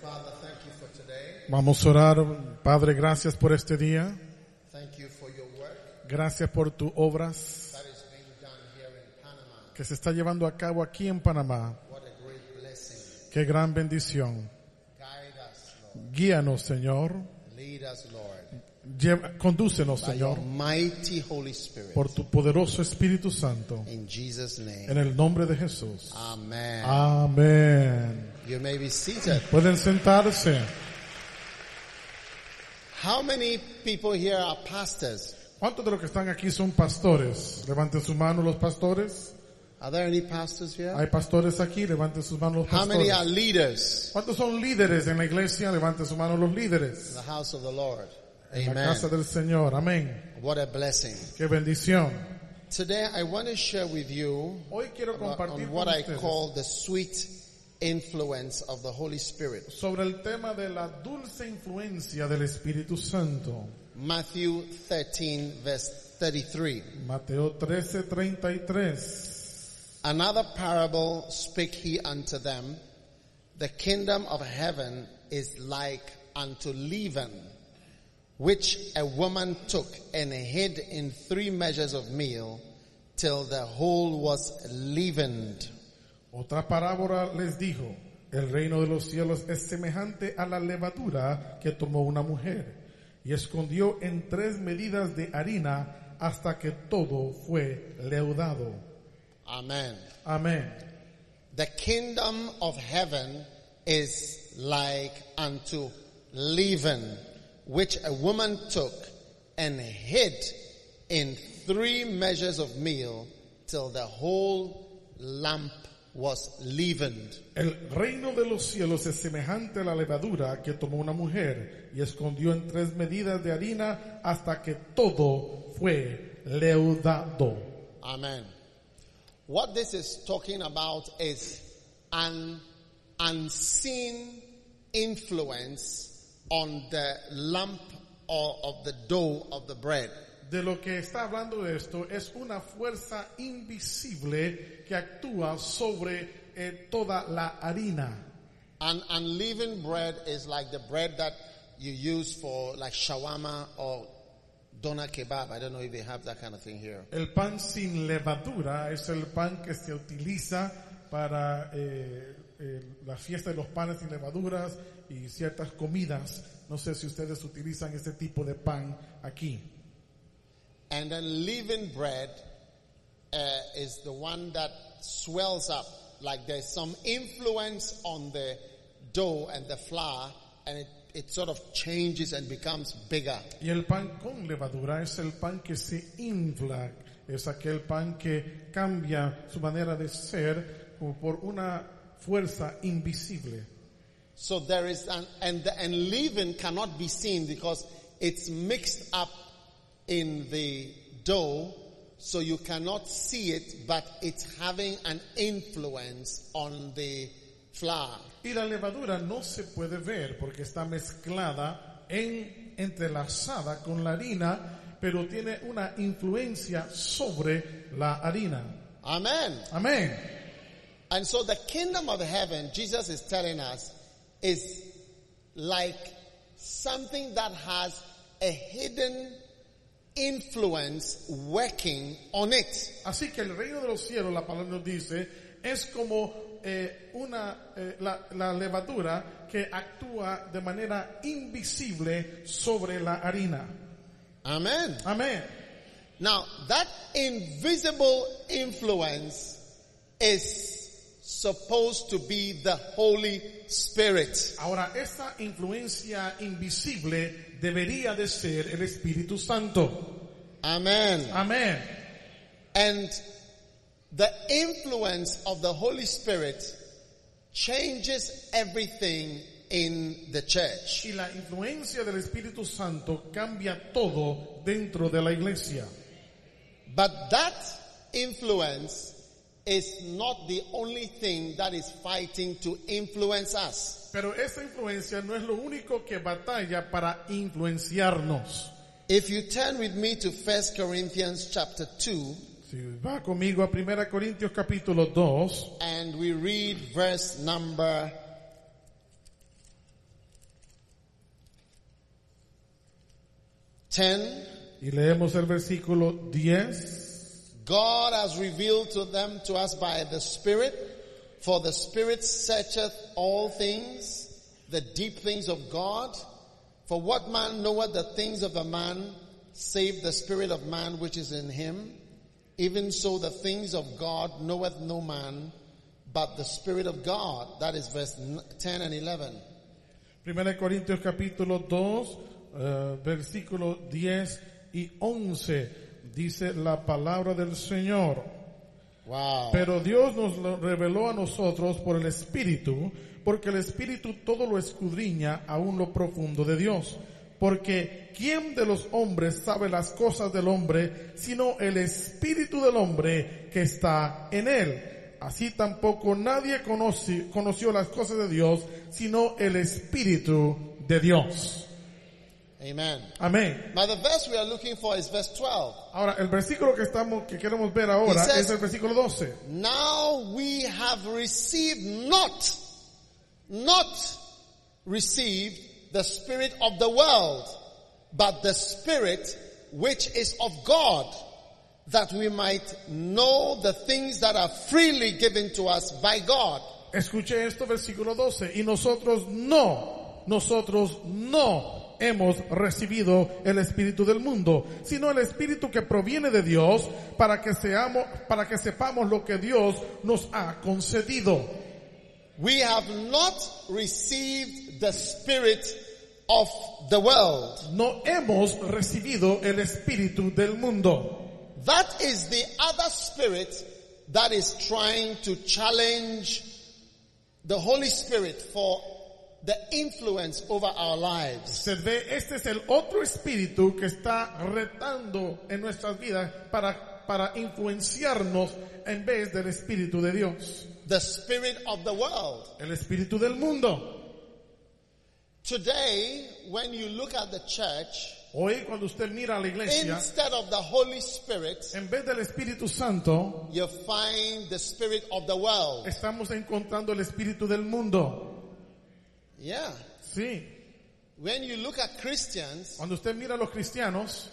Father, thank you for today. Vamos a orar, Padre, gracias por este día. Thank you for your work Gracias por tus obras that is being done here in Panama. que se está llevando a cabo aquí en Panamá. What a great blessing. Qué gran bendición. Guide us, Lord. Guíanos, Señor. Lead us, Lord. Lleva- condúcenos, By your Señor, mighty Holy Spirit. por tu poderoso Espíritu Santo. In Jesus' name. En el Ah. nombre de Jesús. Amen. Amén. You may be seated. Pueden sentarse. How many people here are pastors? ¿Cuántos de los que están aquí son pastores? Levanten su mano los pastores. Are there any pastors here? Hay pastores aquí, levanten sus manos los How many pastores. are leaders ¿Cuántos son líderes en la iglesia? Levanten su mano los in líderes. the house of the Lord? En la Amen. casa del Señor. Amén. What a blessing. Qué bendición. Today I want to share with you Hoy quiero on compartir con what I ustedes call the sweet influence of the Holy Spirit. sobre el tema de la dulce influencia del Espíritu Santo. Matthew 13 verse 33. Mateo 13:33. Another parable spake he unto them. The kingdom of heaven is like unto leaven, which a woman took and hid in three measures of meal till the whole was leavened. Otra parábola les dijo, el reino de los cielos es semejante a la levadura que tomó una mujer y escondió en tres medidas de harina hasta que todo fue leudado. Amen. Amén. The kingdom of heaven is like unto leaven, which a woman took and hid in three measures of meal till the whole lump was leavened. El reino de los cielos es semejante a la levadura que tomó una mujer y escondió en tres medidas de harina hasta que todo fue leudado. Amen. What this is talking about is an unseen influence on the lump or of the dough of the bread. De lo que está hablando de esto es una fuerza invisible que actúa sobre eh, toda la harina. And unleavened bread is like the bread that you use for like shawarma or doner kebab. I don't know if they have that kind of thing here. El pan sin levadura es el pan que se utiliza para eh, eh, la fiesta de los panes sin levaduras y ciertas comidas. No sé si ustedes utilizan este tipo de pan aquí. And then leavened bread uh, is the one that swells up. Like there's some influence on the dough and the flour and it, it sort of changes and becomes bigger. Y el pan con levadura es el pan que se infla, es aquel pan que cambia su manera de ser como por una fuerza invisible. So there is an, and the leaven cannot be seen because it's mixed up in the dough, so you cannot see it, but it's having an influence on the flour. Y la levadura no se puede ver porque está mezclada, en, entrelazada con la harina, pero tiene una influencia sobre la harina. Amen. Amén. And so the kingdom of heaven, Jesus is telling us, is like something that has a hidden influence working on it. Así que el reino de los cielos, la palabra nos dice, es como eh, una, eh, la, la levadura que actúa de manera invisible sobre la harina. Amen. Amén. Now, that invisible influence is supposed to be the Holy Spirit. Ahora, esta influencia invisible debería de ser el Espíritu Santo. Amen. Amén. And the influence of the Holy Spirit changes everything in the church. Y la influencia del Espíritu Santo cambia todo dentro de la iglesia. But that influence is not the only thing that is fighting to influence us. Pero esa influencia no es lo único que batalla para influenciarnos. If you turn with me to 1 Corinthians chapter 2, Si va conmigo a 1 Corintios capítulo 2, And we read verse number 10. Y leemos el versículo 10. God has revealed to them to us by the Spirit, for the Spirit searcheth all things, the deep things of God. For what man knoweth the things of a man, save the Spirit of man which is in him? Even so the things of God knoweth no man, but the Spirit of God. That is verse n- 10 and 11. 1 de Corintios capítulo 2, eh, versículo 10 y 11. Dice la palabra del Señor. Wow. Pero Dios nos lo reveló a nosotros por el Espíritu, porque el Espíritu todo lo escudriña aún lo profundo de Dios. Porque ¿quién de los hombres sabe las cosas del hombre sino el Espíritu del hombre que está en él? Así tampoco nadie conoce- conoció las cosas de Dios sino el Espíritu de Dios. Amen. Amén. Now the verse we are looking for is verse 12. Ahora, el versículo que estamos, que queremos ver ahora He says- es el versículo 12. Now we have received not, not received the Spirit of the world, but the Spirit which is of God, that we might know the things that are freely given to us by God. Escuche esto, versículo 12. Y nosotros no, nosotros no hemos recibido el espíritu del mundo, sino el espíritu que proviene de Dios para que seamos, para que sepamos lo que Dios nos ha concedido. We have not received the Spirit of the world. No hemos recibido el espíritu del mundo. That is the other spirit that is trying to challenge the Holy Spirit for the influence over our lives. Se ve, este es el otro espíritu que está retando en nuestras vidas para, para influenciarnos en vez del espíritu de Dios. The spirit of the world. El espíritu del mundo. Today, when you look at the church, Hoy cuando usted mira a la iglesia, instead of the Holy Spirit, en vez del Espíritu Santo, you find the spirit of the world. estamos encontrando el Espíritu del mundo. Yeah. Sí, When you look at Christians, cuando usted mira a los cristianos,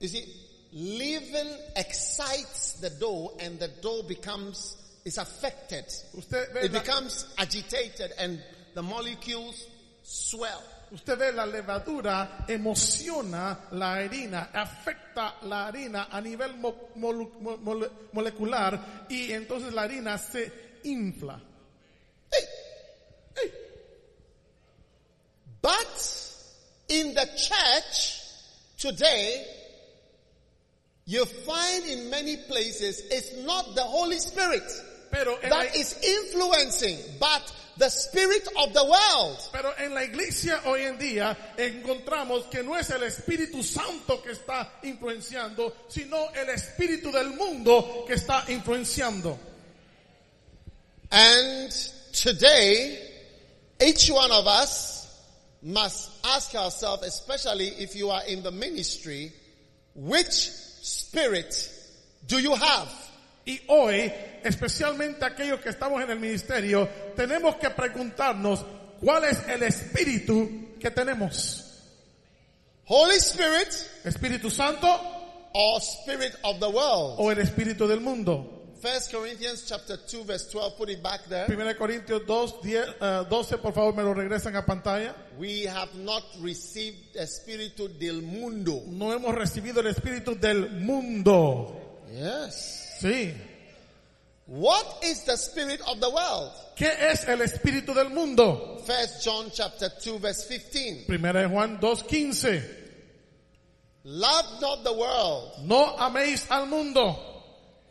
you see, living excites the dough and the dough becomes, is affected. usted ve, It la, becomes agitated and the molecules swell. usted ve la levadura, emociona la harina, afecta la harina a nivel mo- molu- mo- mole- molecular y entonces la harina se infla. But in the church today, you find in many places it's not the Holy Spirit Pero en, la, that is influencing, but the spirit of the world. pero en la iglesia hoy en día encontramos que no es el Espíritu Santo que está influenciando, sino el Espíritu del mundo que está influenciando. And today, each one of us must ask ourselves, especially if you are in the ministry, which spirit do you have? Y hoy, especialmente aquellos que estamos en el ministerio, tenemos que preguntarnos cuál es el Espíritu que tenemos. Holy Spirit ¿Espíritu Santo or Spirit of the world. o el Espíritu del mundo? First Corinthians chapter 2 verse 12, put it back there. 1 Corintios 2, 10, eh, 12, por favor me lo regresan a pantalla. We have not received the Espíritu del mundo. No hemos recibido el Espíritu del mundo. Yes. Sí. What is the Spirit of the world? ¿Qué es el Espíritu del mundo? First John chapter 2 verse 15. 1 de Juan 2.15. Love not the world, No améis al mundo,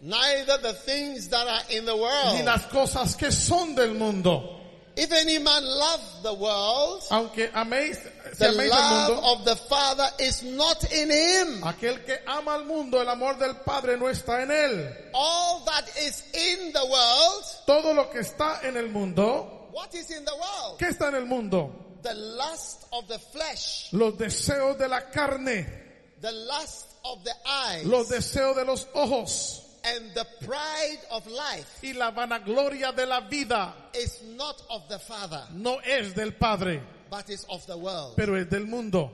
neither the things that are in the ni world. las cosas que son del mundo. If any man love the world, Aunque améis, si the améis al love mundo, of the Father is not in him. aquel que ama al mundo, el amor del Padre no está en él. All that is in the world, Todo lo que está en el mundo, what is in the world? ¿qué está en el mundo? the lust of the flesh, Los deseos de la carne, the lust of the eyes, los deseos de los ojos and the pride of life y la vanagloria de la vida is not of the Father, no es del Padre, but is of the world. pero es del mundo.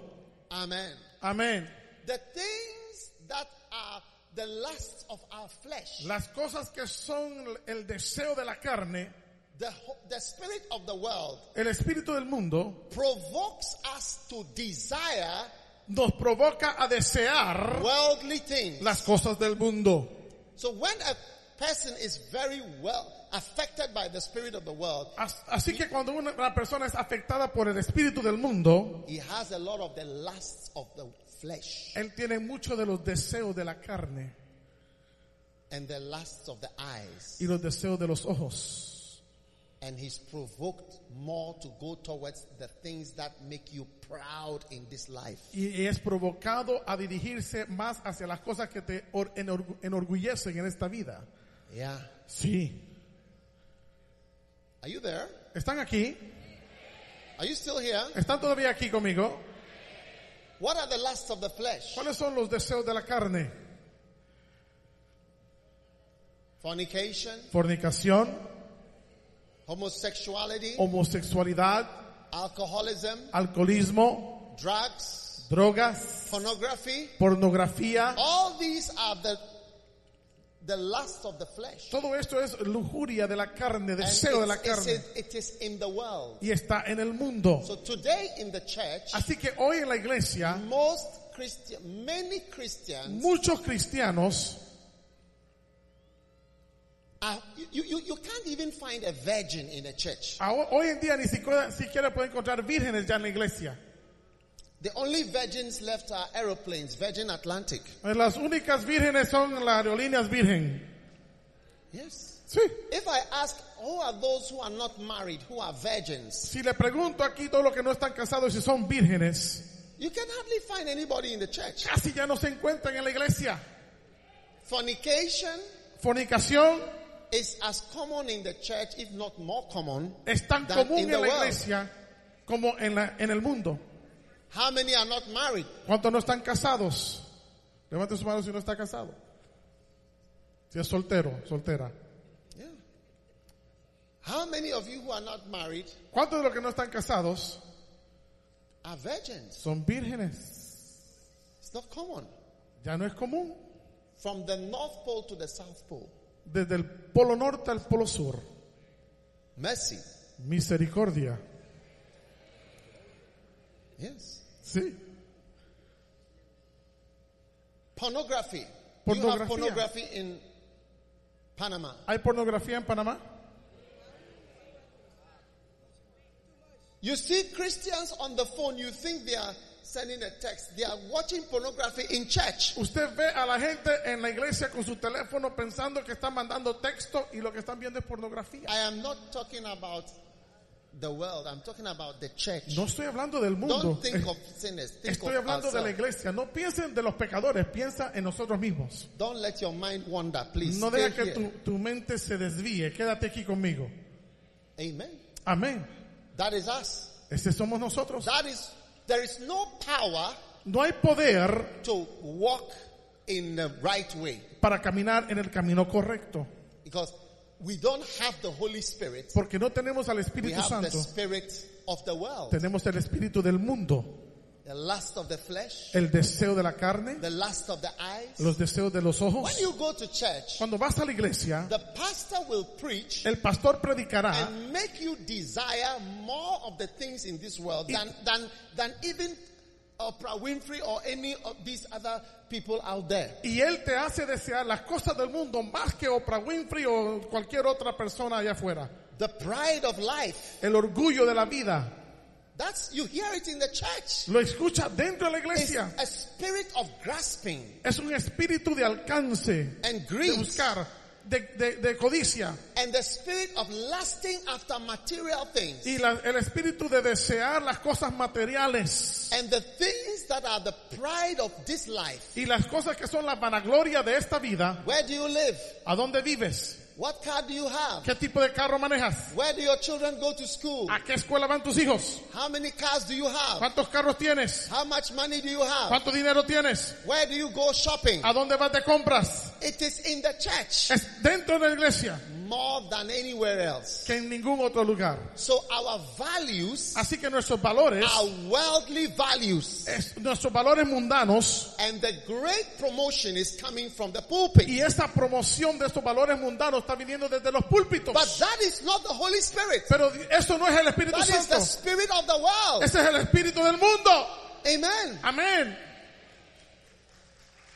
Amen. Amén. The things that are the lusts of our flesh, Las cosas que son el deseo de la carne, the, ho- the spirit of the world el espíritu del mundo, provokes us to desire nos provoca a desear worldly things. las cosas del mundo. So when a person is very well affected by the spirit of the world, As- Así que cuando una una persona es afectada por el espíritu del mundo, he has a lot of the lusts of the flesh él tiene mucho de los deseos de la carne and the lusts of the eyes. y los deseos de los ojos. And he's provoked more to go towards the things that make you proud in this life. Y y es provocado a dirigirse más hacia las cosas que te or- enorgu- enorgullecen en esta vida. Yeah. Sí. Are you there? ¿Están aquí? Are you still here? ¿Están todavía aquí conmigo? What are the lusts of the flesh? ¿Cuáles son los deseos de la carne? Fornication, Fornicación, homosexuality, homosexualidad, alcoholism, alcoholismo, drugs, drogas, pornography. pornografía. All these are the the lust of the flesh. Todo esto es lujuria de la carne, And deseo de la it's- carne. it's- it is in the world. Y está en el mundo. So today in the church, Así que hoy en la iglesia, most Christian, many Christians muchos cristianos, are, you, you, you can't even find a virgin in a church. aho- hoy en día ni siquiera, siquiera pueden encontrar vírgenes ya en la iglesia. The only virgins left are aeroplanes, Virgin Atlantic. Las únicas vírgenes son las aerolíneas virgen. Yes. Sí. If I ask, who are those who are not married, who are virgins? Si le pregunto aquí todos los que no están casados si son vírgenes, You can hardly find anybody in the church. casi ya no se encuentran en la iglesia. Fornication Fornicación is as common in the church, if not more common. es tan That común in the en la world. iglesia como en, la, en el mundo. How many are not married? ¿Cuántos no están casados? Levante su mano si no está casado. Si es soltero, soltera. Yeah. How many of you who are not married ¿Cuántos de los que no están casados are virgins? son vírgenes? It's not common. Ya no es común. From the North Pole to the South Pole. Desde el polo norte al polo sur. Mercy. Misericordia. Yes. Sí. Pornography. You Pornografía. have pornography in Panama. ¿Hay pornografía en Panamá? You see Christians on the phone, you think they are sending a text. They are watching pornography in church. Usted ve a la gente en la iglesia con su teléfono pensando que están mandando texto y lo que están viendo es pornografía. I am not talking about the world. I'm talking about the church. No estoy hablando del mundo. Don't think of sinners. Think Estoy of hablando de la ourselves. iglesia. No piensen de los pecadores, piensa en nosotros mismos. Don't let your mind wander, please. No Stay deja que here. tu, tu mente se desvíe. Quédate aquí conmigo. Amen. Amén. That is us. Ese somos nosotros. That is, there is no power No hay poder to walk in the right way para caminar en el camino correcto. because we don't have the Holy Spirit. Porque no tenemos al We Espíritu have the Santo. Spirit of the world. Tenemos el Espíritu del mundo. The lust of the flesh, El deseo de la carne. the lust of the eyes. Los deseos de los When ojos. you go to church, Cuando vas a la iglesia, the pastor will preach el pastor predicará and make you desire more of the things in this world than, than, than even Oprah Winfrey or any of these other people out there. y él te hace desear las cosas del mundo más que Oprah Winfrey o cualquier otra persona allá afuera. The pride of life. El orgullo de la vida. That's, you hear it in the church. Lo escucha dentro de la It's iglesia. a spirit of grasping Es un espíritu de alcance, and de greed buscar, de, de- de codicia. and the spirit of lusting after material things Y la- el espíritu de desear las cosas materiales. and the things that are the pride of this life. Y las cosas que son la vanagloria de esta vida. Where do you live? ¿A dónde vives? What car do you have? ¿Qué tipo de carro manejas? Where do your children go to school? ¿A qué escuela van tus hijos? How many cars do you have? ¿Cuántos carros tienes? How much money do you have? ¿Cuánto dinero tienes? Where Uh, do you go shopping? ¿A dónde vas de compras? It is in the church. Es dentro de la iglesia. more than anywhere else. que en ningún otro lugar. So our values Así que nuestros valores, are worldly values. es- nuestros valores mundanos And the great promotion is coming from the pulpit. y esa promoción de estos valores mundanos está viniendo desde los púlpitos. But that is not the Holy Spirit. Pero esto no es el Espíritu That is Santo. the spirit of the world. Ese es el Espíritu del mundo. Amen. Amén.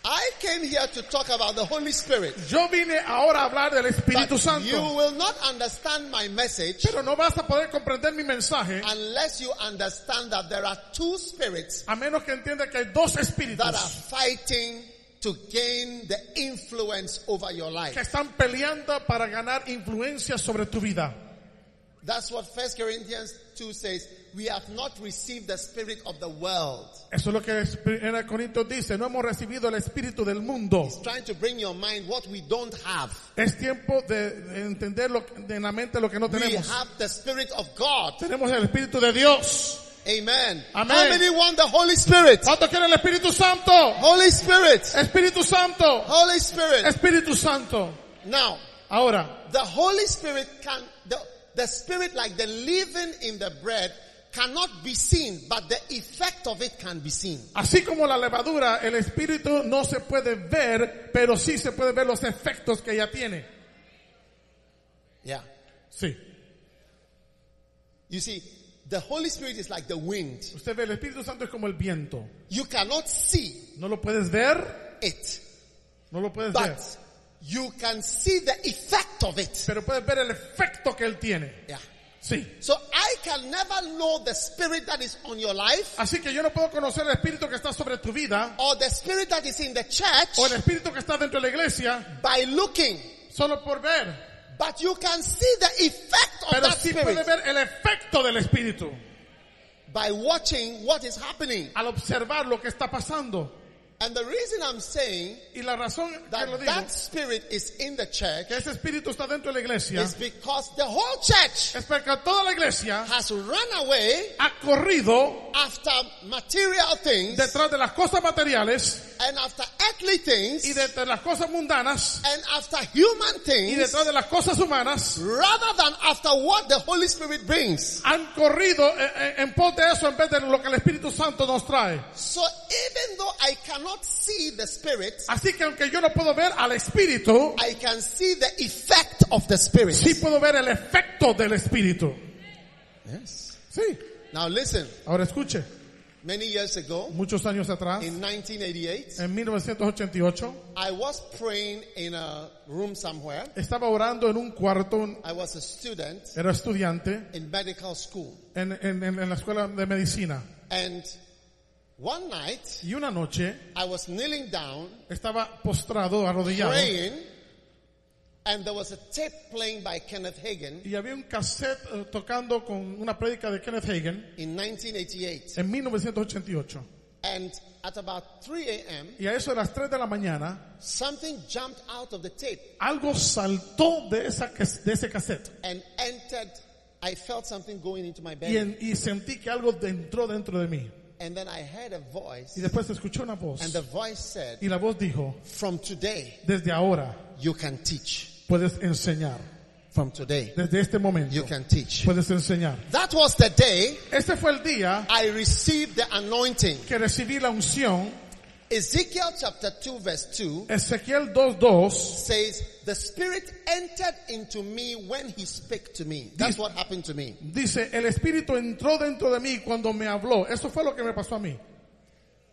I came here to talk about the Holy Spirit. Yo vine ahora a hablar del But Espíritu you Santo. will not understand my message Pero no vas a poder comprender mi mensaje unless you understand that there are two spirits a menos que entiendas que hay dos that are espíritus fighting to gain the influence over your que life. están peleando para ganar influencia sobre tu vida. That's what First Corinthians 2 says. We have not received the spirit of the world. Eso es lo que es- en Corintios dice, no hemos recibido el espíritu del mundo. Trying to bring your mind what we don't have. Es tiempo de de entender lo, que- en la mente lo que no We tenemos. have the spirit of God. Tenemos el espíritu de Dios. Amen. Amen. How many want the Holy Spirit? ¿Cuánto quiere el Espíritu Santo? Holy Spirit. Espíritu Santo. Holy Spirit. Espíritu Santo. Now, Ahora, the Holy Spirit can, the, the Spirit like the leaven in the bread cannot be seen, but the effect of it can be seen. Así como la levadura, el espíritu no se puede ver, pero sí se puede ver los efectos que ella tiene. Yeah. Sí. You see, the Holy Spirit is like the wind. Usted ve, el Espíritu Santo es como el viento. You cannot see No lo puedes ver, it, no lo puedes ver, but you can see the effect of it. pero puedes ver el efecto que él tiene. Yeah. Sí. So I can never know the spirit that is on your life Así que yo no puedo conocer el espíritu que está sobre tu vida or the spirit that is in the o el church espíritu que está dentro de la iglesia by looking, solo por ver, but you can see the effect of pero that sí puedes spirit ver el efecto del espíritu by watching what is happening. al observar lo que está pasando. And the reason I'm saying Y la razón que lo that digo, that spirit is in the church que ese espíritu está dentro de la iglesia, is because the whole church Es porque toda la iglesia has run away ha corrido after material things detrás de las cosas materiales and after earthly y things detrás de las cosas mundanas and after human y things detrás de las cosas humanas. rather than after what the Holy Spirit brings. Han corrido eh, eh, en pos de eso en vez de lo que el Espíritu Santo nos trae. So even though I cannot see the spirit, Así que aunque yo no puedo ver al Espíritu, I can see the effect of the spirit. sí puedo ver el efecto del Espíritu. Yes. Sí. Now listen, Ahora escuche, many years ago muchos años atrás, in 1988, en 1988, I was praying in a room somewhere. estaba orando en un cuarto, un- I was a student era estudiante in medical school. en- en- en- en la escuela de medicina. And one night, Y una noche I was kneeling down, estaba postrado, arrodillado, praying, and there was a tape playing by Kenneth Hagin y había un cassette eh, tocando con una prédica de Kenneth Hagin in 1988. en 1988. And at about 3 a.m., Y a eso de las 3 de la mañana, something jumped out of the tape algo saltó de, esa, cas- de ese cassette and entered. I felt something going into my y, belly. en- y sentí que algo entró dentro de mí. And then I heard a Y voice, después escuché una voz and the voice said, y la voz dijo, From today, desde ahora you can teach. puedes enseñar, From today, desde este you momento can teach. puedes enseñar. That was the day Este fue el día I received the anointing. que recibí la unción, Ezekiel chapter 2 verse 2 Ezequiel 2.2. says, the spirit entered into me when he spake to me. That's what happened to me. Dice, el Espíritu entró dentro de mí cuando me habló. Eso fue lo que me pasó a mí.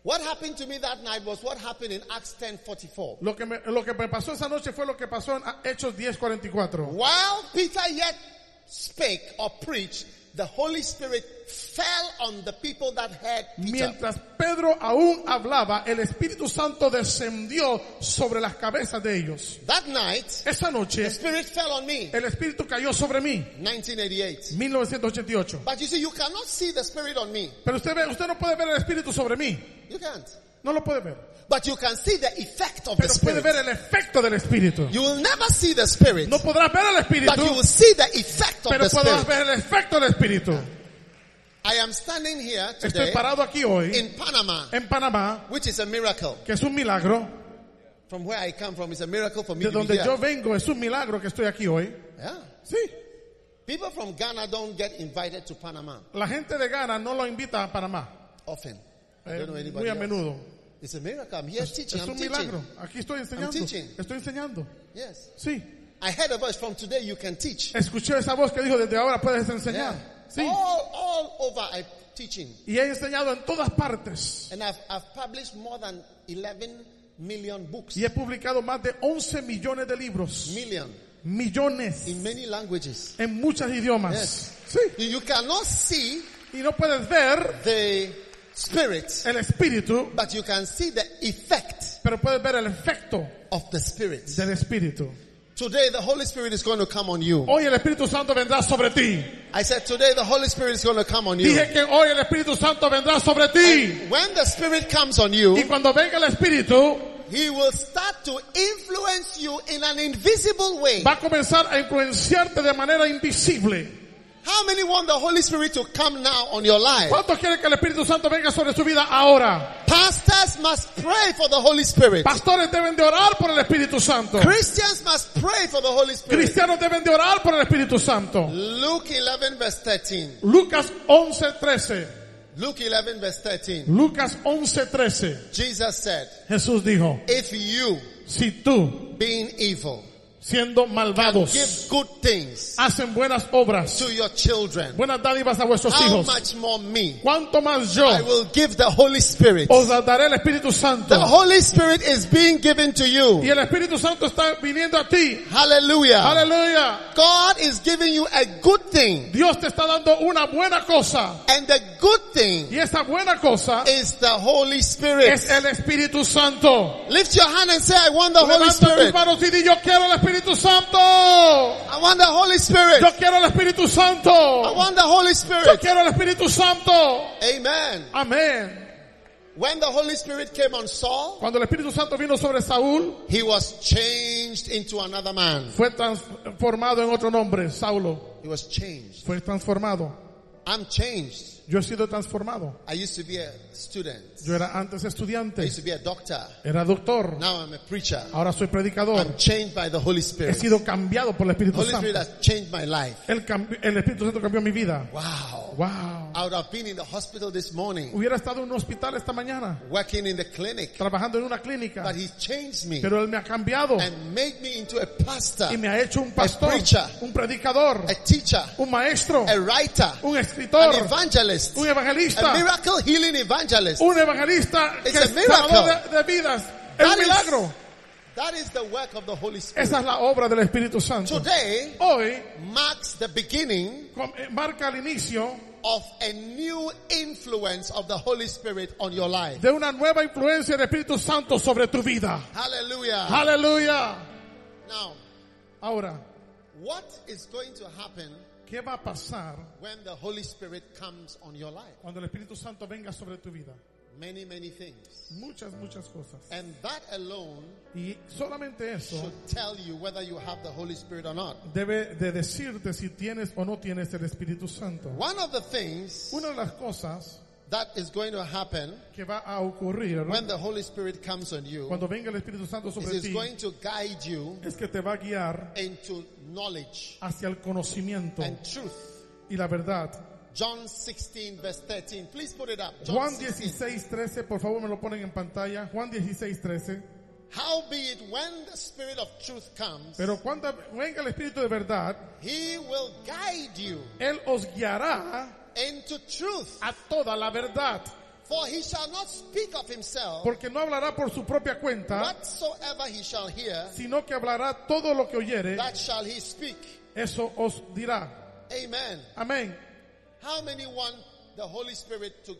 What happened to me that night was what happened in Acts 10:44. Lo que me, lo que me pasó esa noche fue lo que pasó en Hechos 10:44. While Peter yet spake or preached, the Holy Spirit fell on the people that heard Peter. Mientras Pedro aún hablaba, el Espíritu Santo descendió sobre las cabezas de ellos. That night, Esa the noche, Spirit fell on me. el Espíritu cayó sobre mí. 1988. 1988. But you see, you cannot see the Spirit on me. Pero usted ve, usted no puede ver el Espíritu sobre mí. You can't. No lo puede ver. But you can see the effect of the Pero puede Spirit. ver el efecto del Espíritu. You will never see the Spirit. No podrás ver el But you Espíritu, will see the effect of pero the podrás Spirit. ver el efecto del Espíritu. I am standing here Estoy today parado aquí hoy. in Panama, en Panamá, which is a miracle. que es un milagro, From where I come from, it's a miracle for me De to be donde here. yo vengo es un milagro que estoy aquí hoy. Yeah. Sí. People from Ghana don't get invited to Panama La gente de Ghana no lo invita a Panamá. often. I eh, don't know anybody. muy a else. menudo. It's a miracle. I'm here teaching. es I'm un teaching. milagro. Aquí estoy enseñando. teaching. Estoy enseñando. Yes. Sí. I heard a voice from today. You can teach. Escuché esa voz que dijo, desde ahora puedes Yeah. enseñar. Eh, Sí. All all over I'm teaching, Y he enseñado en todas partes. and I've I've published more than 11 million books. Y he publicado más de 11 millones de libros. Million Millones. in many languages. En muchos idiomas. Yes. Sí. You, you cannot see Y no puedes ver the spirit, el espíritu, but you can see the effect pero puedes ver el efecto of the spirit. del espíritu. Today the Holy Spirit is going to come on you. Hoy el Espíritu Santo vendrá sobre ti. I said today the Holy Spirit is going to come on you. Dije que hoy el Espíritu Santo vendrá sobre ti. When the Spirit comes on Y you, cuando venga el Espíritu, He will start to influence you in an invisible way. va a comenzar a influenciarte de manera invisible. How many want the Holy Spirit to come now on your life? ¿Cuántos quieren que el Espíritu Santo venga sobre su vida ahora? Pastors must pray for the Holy Spirit. Pastores deben de orar por el Espíritu Santo. Christians must pray for the Holy Spirit. Cristianos deben de orar por el Espíritu Santo. Luke 11 verse 13. Lucas 11:13. Luke 11 verse 13. Lucas 11:13. Jesus said, Jesús dijo, if you, si tú, being evil, siendo give malvados, good things hacen buenas obras, to your children, buenas dádivas a vuestros how hijos, much more me? ¿cuánto más yo I will give the Holy Spirit. os daré el Espíritu The Santo? Holy Spirit is being given to Y you. el Espíritu Santo está viniendo a ti. Hallelujah. Aleluya. God is giving you a good thing. Dios te está dando una buena cosa. And the good thing Y esa buena cosa is the Holy Spirit. es el Espíritu Santo. Lift your hand and say, I want the Holy Levanta tus Spirit. manos y di, yo quiero el Espíritu Santo. I want the Holy Spirit. Yo quiero el Espíritu I Santo. want the Holy Yo Spirit. quiero el Espíritu Santo. Amen. Amén. When the Holy Spirit came on Saul, Cuando el Espíritu Santo vino sobre Saúl, he was changed into another man. fue transformado en otro nombre, Saulo. He was changed. Fue transformado. I'm changed. Yo he sido transformado. I used to be a student. Yo era antes I estudiante. used to be a doctor. Era doctor. Now I'm a preacher. Ahora soy predicador. I'm changed by the Holy He Spirit. sido cambiado por el Espíritu Holy Spirit Santo. has changed my life. El, cambi- el Espíritu Santo cambió mi vida. Wow. Wow. I would have been in the hospital this morning, Hubiera estado en un hospital esta mañana, working in the clinic, trabajando en una clínica. but he changed me Pero Él me ha cambiado and made me into a y pastor, me ha hecho un pastor, preacher. un predicador, a teacher, un maestro, a writer, un an escritor, evangelist, un a evangelista, miracle healing evangelist. un evangelista que It's a es salvador miracle. de, de vidas. Es That un is- milagro. That is the work of the Holy Spirit. Esa es la obra del Espíritu Santo. Today Hoy marks the beginning com- eh, marca el inicio of a new influence of the Holy Spirit on your life. de una nueva influencia del Espíritu Santo sobre tu vida. Hallelujah. Aleluya. Now, Ahora, what is going to happen ¿qué va a pasar when the Holy Spirit comes on your life? cuando el Espíritu Santo venga sobre tu vida? Many, many things. Muchas, muchas cosas. And that alone Y solamente eso should tell you whether you have the Holy Spirit or not. debe de decirte si tienes o no tienes el Espíritu Santo. One of the things Una de las cosas that is going to happen que va a ocurrir when the Holy Spirit comes on you cuando venga el Espíritu Santo is sobre it's ti going to guide you es que te va a guiar into knowledge hacia el conocimiento and truth. y la verdad. John 16 verse 13. Please put it up. John Juan 16. 16, 13, por favor me lo ponen en pantalla. Juan 16, 13. Howbeit when the Spirit of truth comes, Pero cuando venga el Espíritu de verdad, he will guide you Él os guiará into truth. a toda la verdad. For he shall not speak of himself. Porque no hablará por su propia cuenta, Whatsoever he shall hear, sino que hablará todo lo que oyere. that shall he speak. Eso os dirá. Amen. Amén. How many want the Holy Spirit to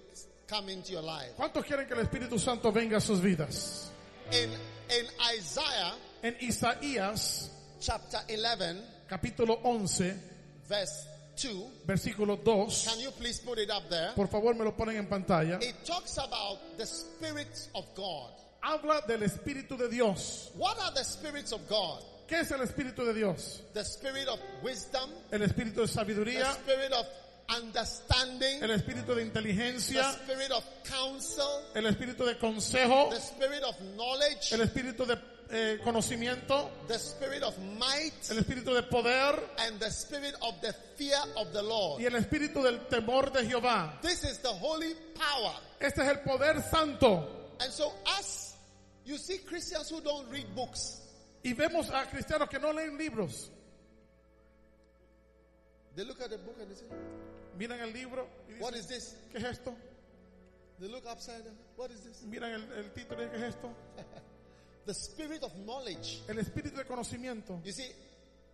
come into your life? ¿Cuántos quieren que el Espíritu Santo venga a sus vidas? In, in Isaiah En Isaías, chapter 11, capítulo 11, verse 2, versículo 2. can you please put it up there? Por favor, me lo ponen en pantalla. It talks about the Spirit of God. Habla del Espíritu de Dios. What are the spirits of God? ¿Qué es el Espíritu de Dios? The spirit of wisdom, El Espíritu de the sabiduría, spirit of understanding, el Espíritu de the inteligencia, spirit of counsel, el Espíritu de consejo, the spirit of knowledge, el Espíritu de eh, conocimiento, the spirit of might, el espíritu de poder and the spirit of the fear of the y Lord. el espíritu del temor de Jehová. This is the holy power. Este es el poder santo. And so us, you see Christians who don't read books, Y vemos a cristianos que no leen libros. they look at the book and they say, Miran el libro y dicen, what is this? ¿qué es esto? They look upside down, what is this? Miran el, el título y dicen, ¿qué es esto? The spirit of knowledge. El espíritu de conocimiento. You see,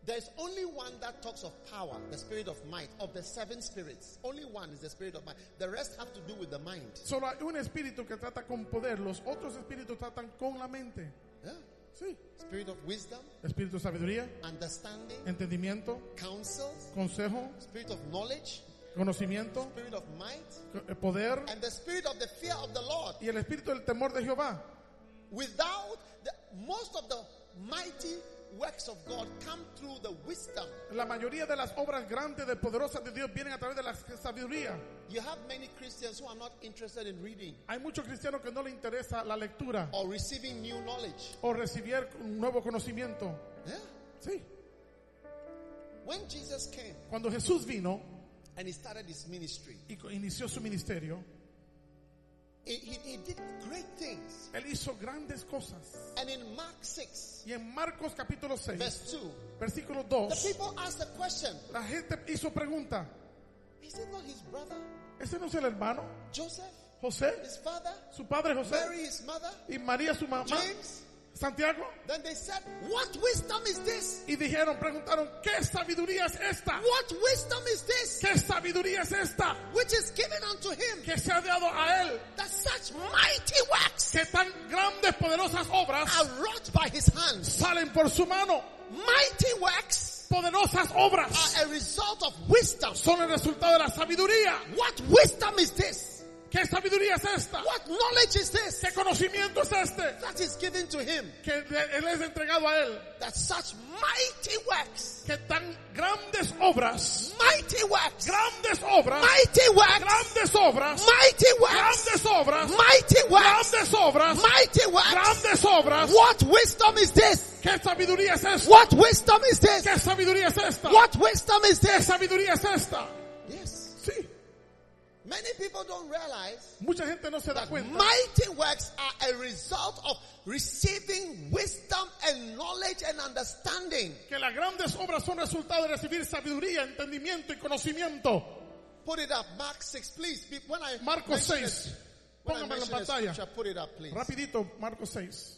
there's only one that talks of power, the spirit of might, of the seven spirits. Only one is the spirit of might. The rest have to do with the mind. Solo hay un espíritu que trata con poder, los otros espíritus tratan con la mente. Yeah? Sí. Spirit of wisdom, Espíritu de sabiduría, understanding, entendimiento, counsels, consejo, spirit of knowledge, conocimiento, spirit of might, eh, poder and the spirit of the fear of the Lord. y el espíritu del temor de Jehová. Without the, most of the mighty works of God come through the wisdom. La mayoría de las obras grandes, de poderosas de Dios vienen a través de la sabiduría. You have many Christians who are not interested in reading Hay muchos cristianos que no le interesa la lectura or receiving new knowledge. o recibir un nuevo conocimiento. Yeah? Sí. When Jesus came Cuando Jesús vino and he started his ministry, y co- inició su ministerio, He, he, he did great things. él hizo grandes cosas. And in Mark 6, Y en Marcos capítulo 6, verse 2, versículo the 2, people asked a question. la gente hizo pregunta. Is it not his brother, ¿Ese no es el hermano? Joseph, José, his father, su padre José Mary, his mother, y María su mamá, James? Santiago. Then they said, What wisdom is this? Y dijeron, preguntaron, ¿qué sabiduría es esta? What wisdom is this? ¿Qué sabiduría es esta? Which is given unto him que se ha dado a él, that such mighty works que tan grandes, poderosas obras are wrought by his hands. salen por su mano. Mighty works Poderosas obras are a result of wisdom. son el resultado de la sabiduría. What wisdom is this? ¿Qué sabiduría es esta? What knowledge is this ¿Qué conocimiento es este that is given to him? que le- él es entregado a él? that such mighty works, Que tan grandes obras, mighty works, grandes obras, mighty works, grandes obras, mighty works, grandes obras, mighty works, grandes obras, mighty works. grandes obras. What wisdom is this? ¿Qué sabiduría es esta? What wisdom is this? ¿Qué sabiduría es esta? What wisdom is ¿Qué this? sabiduría es esta? Yes. Sí, Many people don't realize mucha gente no se da cuenta. mighty works are a result of receiving wisdom and knowledge and understanding. que las grandes obras son resultado de recibir sabiduría, entendimiento y conocimiento. Put it up, Mark 6, please. Be- When I Marcos mention a- 6. when I Póngame en la mention a pantalla. scripture, put it up, please. Rapidito, Marcos 6.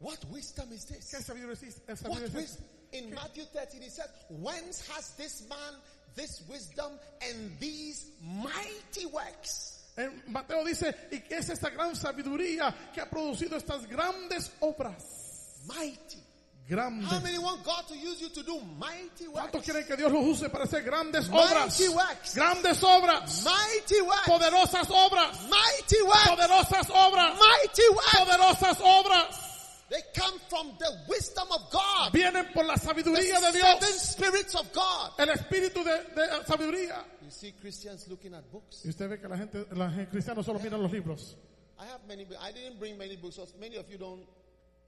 What wisdom is this? ¿Qué sabiduría es es What sabiduría es wisdom? In Matthew 13, he said, Whence has this man this wisdom and these mighty works? En Mateo dice, y que es esta gran sabiduría que ha producido estas grandes obras. Mighty. How Grandes. many want God to use you to do mighty ¿Cuántos works? quieren que Dios los use para hacer grandes Mighty obras? works. Grandes obras. Mighty works. Poderosas obras. Mighty works. Poderosas obras. Mighty works. Poderosas obras. They come from the wisdom of God. Vienen por la sabiduría de The seven Dios. spirits of God. El espíritu de, de sabiduría. You see Christians looking at books. Y usted ve que la gente, los cristianos solo miran los libros. I have many, but I didn't bring many books. So many of you don't,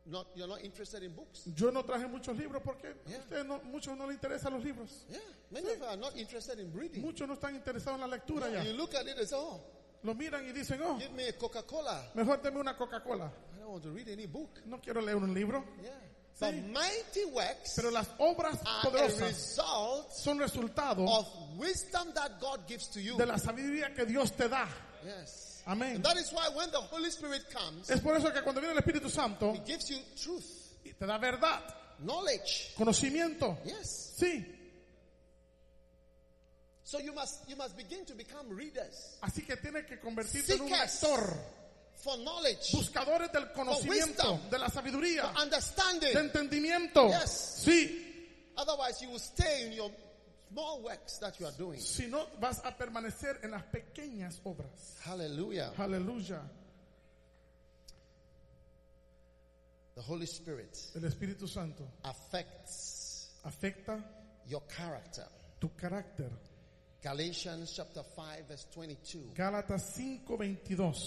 not, you're not interested in books. Yo no traje muchos libros porque a Yeah. usted no, muchos no le interesan los libros. Yeah. Many of you are not interested in reading. Muchos no están interesados en la lectura You ya. look at it and say, oh, Lo miran y dicen, oh, give me a Coca Cola. mejor deme una Coca-Cola. I don't want to read any book. No quiero leer un libro. Yeah. But mighty works Pero las obras are a poderosas result son resultado of wisdom that God gives to you. de la sabiduría que Dios te da. Yes. Amén. And that is why when the Holy Spirit comes, Es por eso que cuando viene el Espíritu Santo, He gives you truth, te da verdad, knowledge. conocimiento. Yes. Sí. So you must you must begin to become readers Así que tiene que convertirte en un Seekers. actor. for knowledge, buscadores del conocimiento, wisdom. de la sabiduría, understanding. de entendimiento. Yes. Sí, Otherwise, you will stay in your small works that you are doing. si no vas a permanecer en las pequeñas obras. Hallelujah. Aleluya. The Holy Spirit El Espíritu Santo affects afecta your character. tu carácter. Galatians chapter 5 verse 22. Gálatas The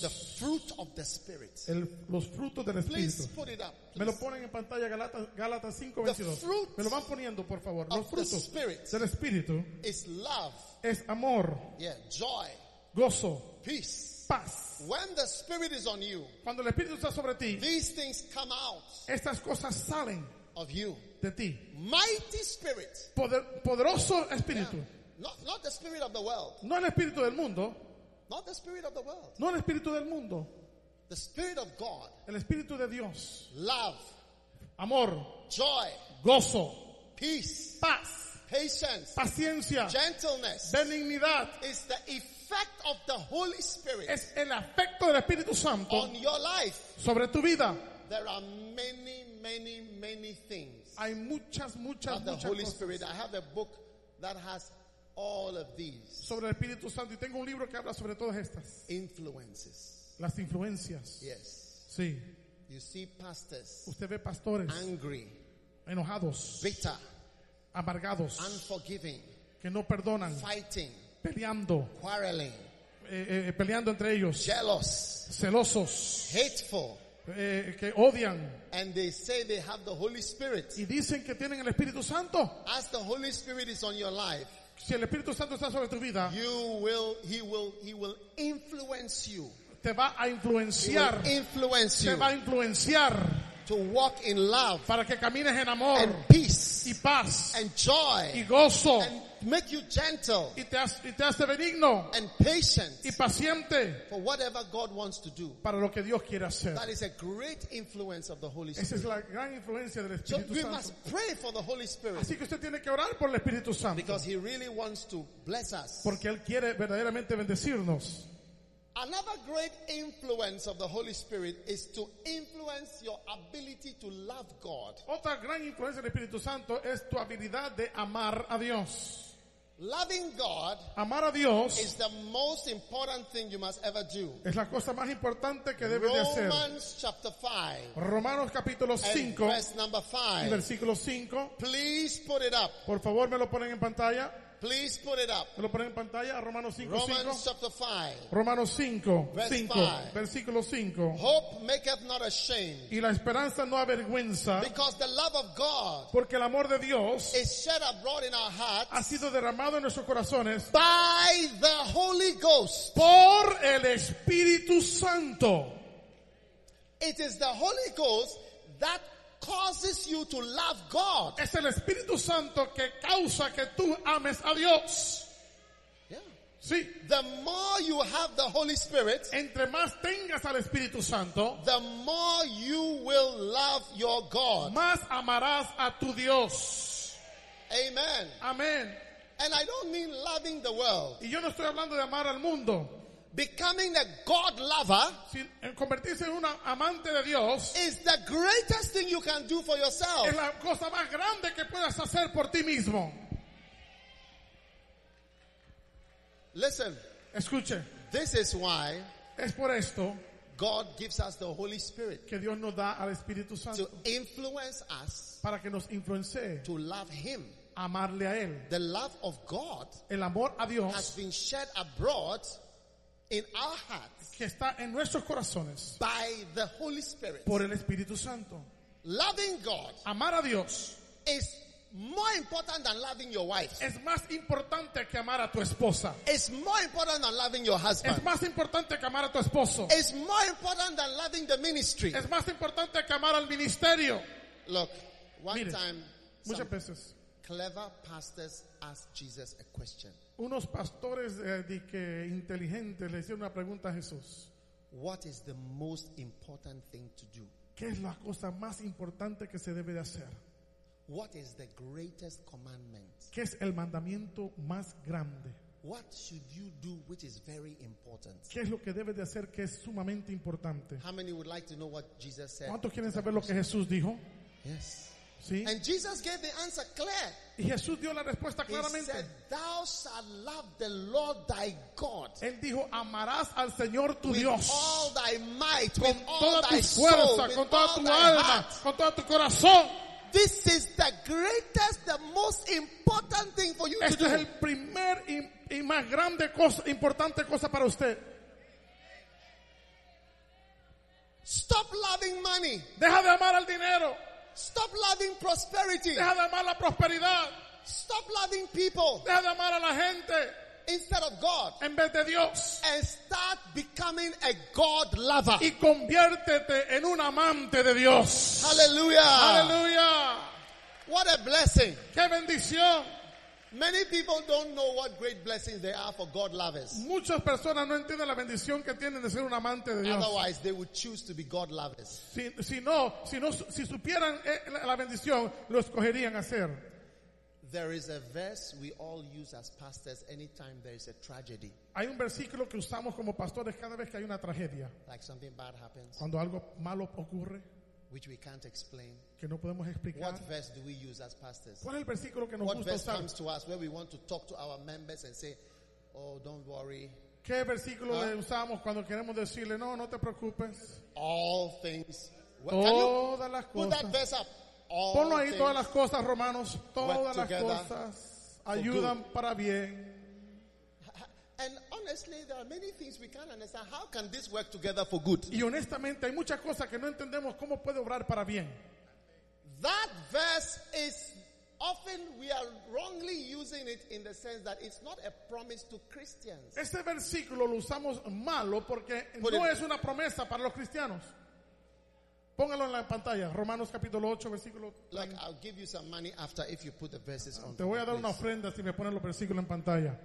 5:22. fruit of the Spirit. El- Los frutos del Please Espíritu. put it up. Me lo please. ponen en pantalla Gálatas Gálatas The 5:22. fruits Me lo van poniendo, por favor. Los of the frutos Spirit. del Espíritu It's love, es amor, yeah, joy, gozo, peace. paz. When the Spirit is on you, Cuando el Espíritu está sobre ti, these things come out estas cosas salen of you. de ti. Mighty Spirit. Poder- poderoso Espíritu. Not, not the spirit of the world. No el Espíritu del mundo, Not the spirit of the world. no el Espíritu del mundo, The spirit of God. el Espíritu de Dios. Love, Amor, joy, gozo, peace, paz, patience, paciencia, gentleness. benignidad. It's the effect of the Holy Spirit Es el afecto del Espíritu Santo on your life. sobre tu vida. There are many, many, many things Hay muchas, muchas, of the muchas Holy cosas Spirit. I have a book that has all of these sobre el Espíritu Santo. Y tengo un libro que habla sobre todas estas. influences. Las influencias. Yes. Sí. You see pastors Usted ve pastores angry, enojados, bitter, amargados, unforgiving, que no perdonan, fighting, peleando, quarreling, eh, eh, peleando entre ellos, jealous, celosos, hateful, eh, que odian and they say they have the Holy Spirit. y dicen que tienen el Espíritu Santo. As the Holy Spirit is on your life, Si el Espíritu Santo está sobre tu vida, you will, he will, he will influence you. te va a He will influenciar, influence te you va a influenciar to walk in love para que camines en and amor peace y paz and y joy gozo and make you gentle y te, has- y te hace benigno and patient y paciente for whatever God wants to do. para lo que Dios quiere hacer. That is a great influence of the Holy Esa es Spirit. la gran influencia del So Espíritu we Santo. must pray for the Holy Spirit Así que usted tiene que orar por el Espíritu Santo. because He really wants to bless us. Porque Él quiere verdaderamente bendecirnos. Another great influence of the Holy Spirit is to influence your ability to love God. Otra gran influencia del Espíritu Santo es tu habilidad de amar a Dios. Loving God Amar a Dios is the most important thing you must ever do. es la cosa más importante que debes de hacer. Romans chapter 5 Romanos capítulo and 5, verse number 5. versículo 5. Please put it up. Por favor, me lo ponen en pantalla. Please put it up. Me lo ponen en pantalla. Romanos 5, Romans 5. chapter 5. Romanos 5, Verse 5, five. versículo 5. Hope maketh not ashamed Y la esperanza no avergüenza, because the love of God porque el amor de Dios is shed abroad in our hearts ha sido derramado en nuestros corazones by the Holy Ghost. por el Espíritu Santo. It is the Holy Ghost that causes you to love God. Es el Espíritu Santo que causa que tú ames a Dios. Yeah. Sí. The more you have the Holy Spirit, Entre más tengas al Espíritu Santo, the more you will love your God. más amarás a tu Dios. Amen. Amén. And I don't mean loving the world. Y yo no estoy hablando de amar al mundo. Becoming a God lover Si, en convertirse en una amante de Dios is the greatest thing you can do for yourself. es la cosa más grande que puedas hacer por ti mismo. Listen, Escuche, this is why es por esto God gives us the Holy Spirit que Dios nos da al Espíritu to Santo influence us para que nos influencie to love Him. a amarle a Él. The love of God El amor a Dios has been shed abroad in our hearts que está en nuestros corazones by the Holy Spirit. por el Espíritu Santo. Loving God Amar a Dios is more important than loving your wife. es más importante que amar a tu esposa. It's more important than loving your husband. Es más importante que amar a tu esposo. It's more important than loving the ministry. Es más importante que amar al ministerio. Look, one Mire, time Muchas some veces clever pastors asked Jesus a question. unos pastores eh, di que inteligentes le hicieron una pregunta a Jesús. What is the most important thing to do? ¿Qué es la cosa más importante que se debe de hacer? What is the greatest commandment? ¿Qué es el mandamiento más grande? What should you do which is very important? ¿Qué es lo que debes de hacer que es sumamente importante? How many would like to know what Jesus said? ¿Cuántos quieren saber lo que Jesús dijo? Yes. ¿Sí? And Jesus gave the answer clear. Y Jesús dio la respuesta He said, claramente. Thou shalt love the Lord thy God Él dijo, amarás al Señor tu with Eh, Dios all thy might, con with all toda thy tu soul, fuerza, with con toda all tu thy alma, heart. con todo tu corazón. This is the greatest, the most important thing for you to Esto Este es do. el primer y, y más grande cosa, importante cosa para usted. Stop loving money. Deja de amar al dinero. Stop loving prosperity. Deja de amar la prosperidad. Stop loving people Deja de amar a la gente instead of God. en vez de Dios. And start becoming a God lover. Y conviértete en un amante de Dios. Hallelujah. Aleluya. What a blessing. Qué bendición. Many people don't know what great blessings there are for God lovers. Muchas personas no entienden la bendición que tienen de ser un amante de Dios. Otherwise, they would choose to be God lovers. Si, si no, si no, si supieran eh, la la bendición, lo escogerían hacer. There is a verse we all use as pastors anytime there is a tragedy, Hay un versículo que usamos como pastores cada vez que hay una tragedia, like something bad happens, cuando algo malo ocurre which we can't explain. que no podemos explicar. What verse do we use as pastors? ¿Cuál es el versículo que nos What gusta verse usar? comes to us where we want to talk to our members and say, Oh, don't worry, ¿Qué versículo Ah. le usamos cuando queremos decirle, no, no te preocupes? all things. Well, can you Todas las put that cosas. verse up? All Oh, Ponlo ahí things todas las cosas, romanos. Todas Work las together cosas ayudan para bien. And honestly, there are many things we can't understand. How can this work together for good? Y honestamente hay muchas cosas que no entendemos cómo puede obrar para bien. That verse is often we are wrongly using it in the sense that it's not a promise to Christians. Este versículo lo usamos malo porque Put no it- es una promesa para los cristianos. Póngalo en la pantalla, Romanos capítulo 8, versículo Look, I'll give you some money after if you put the verses on. Te voy a dar una ofrenda si me ponen los versículos en pantalla.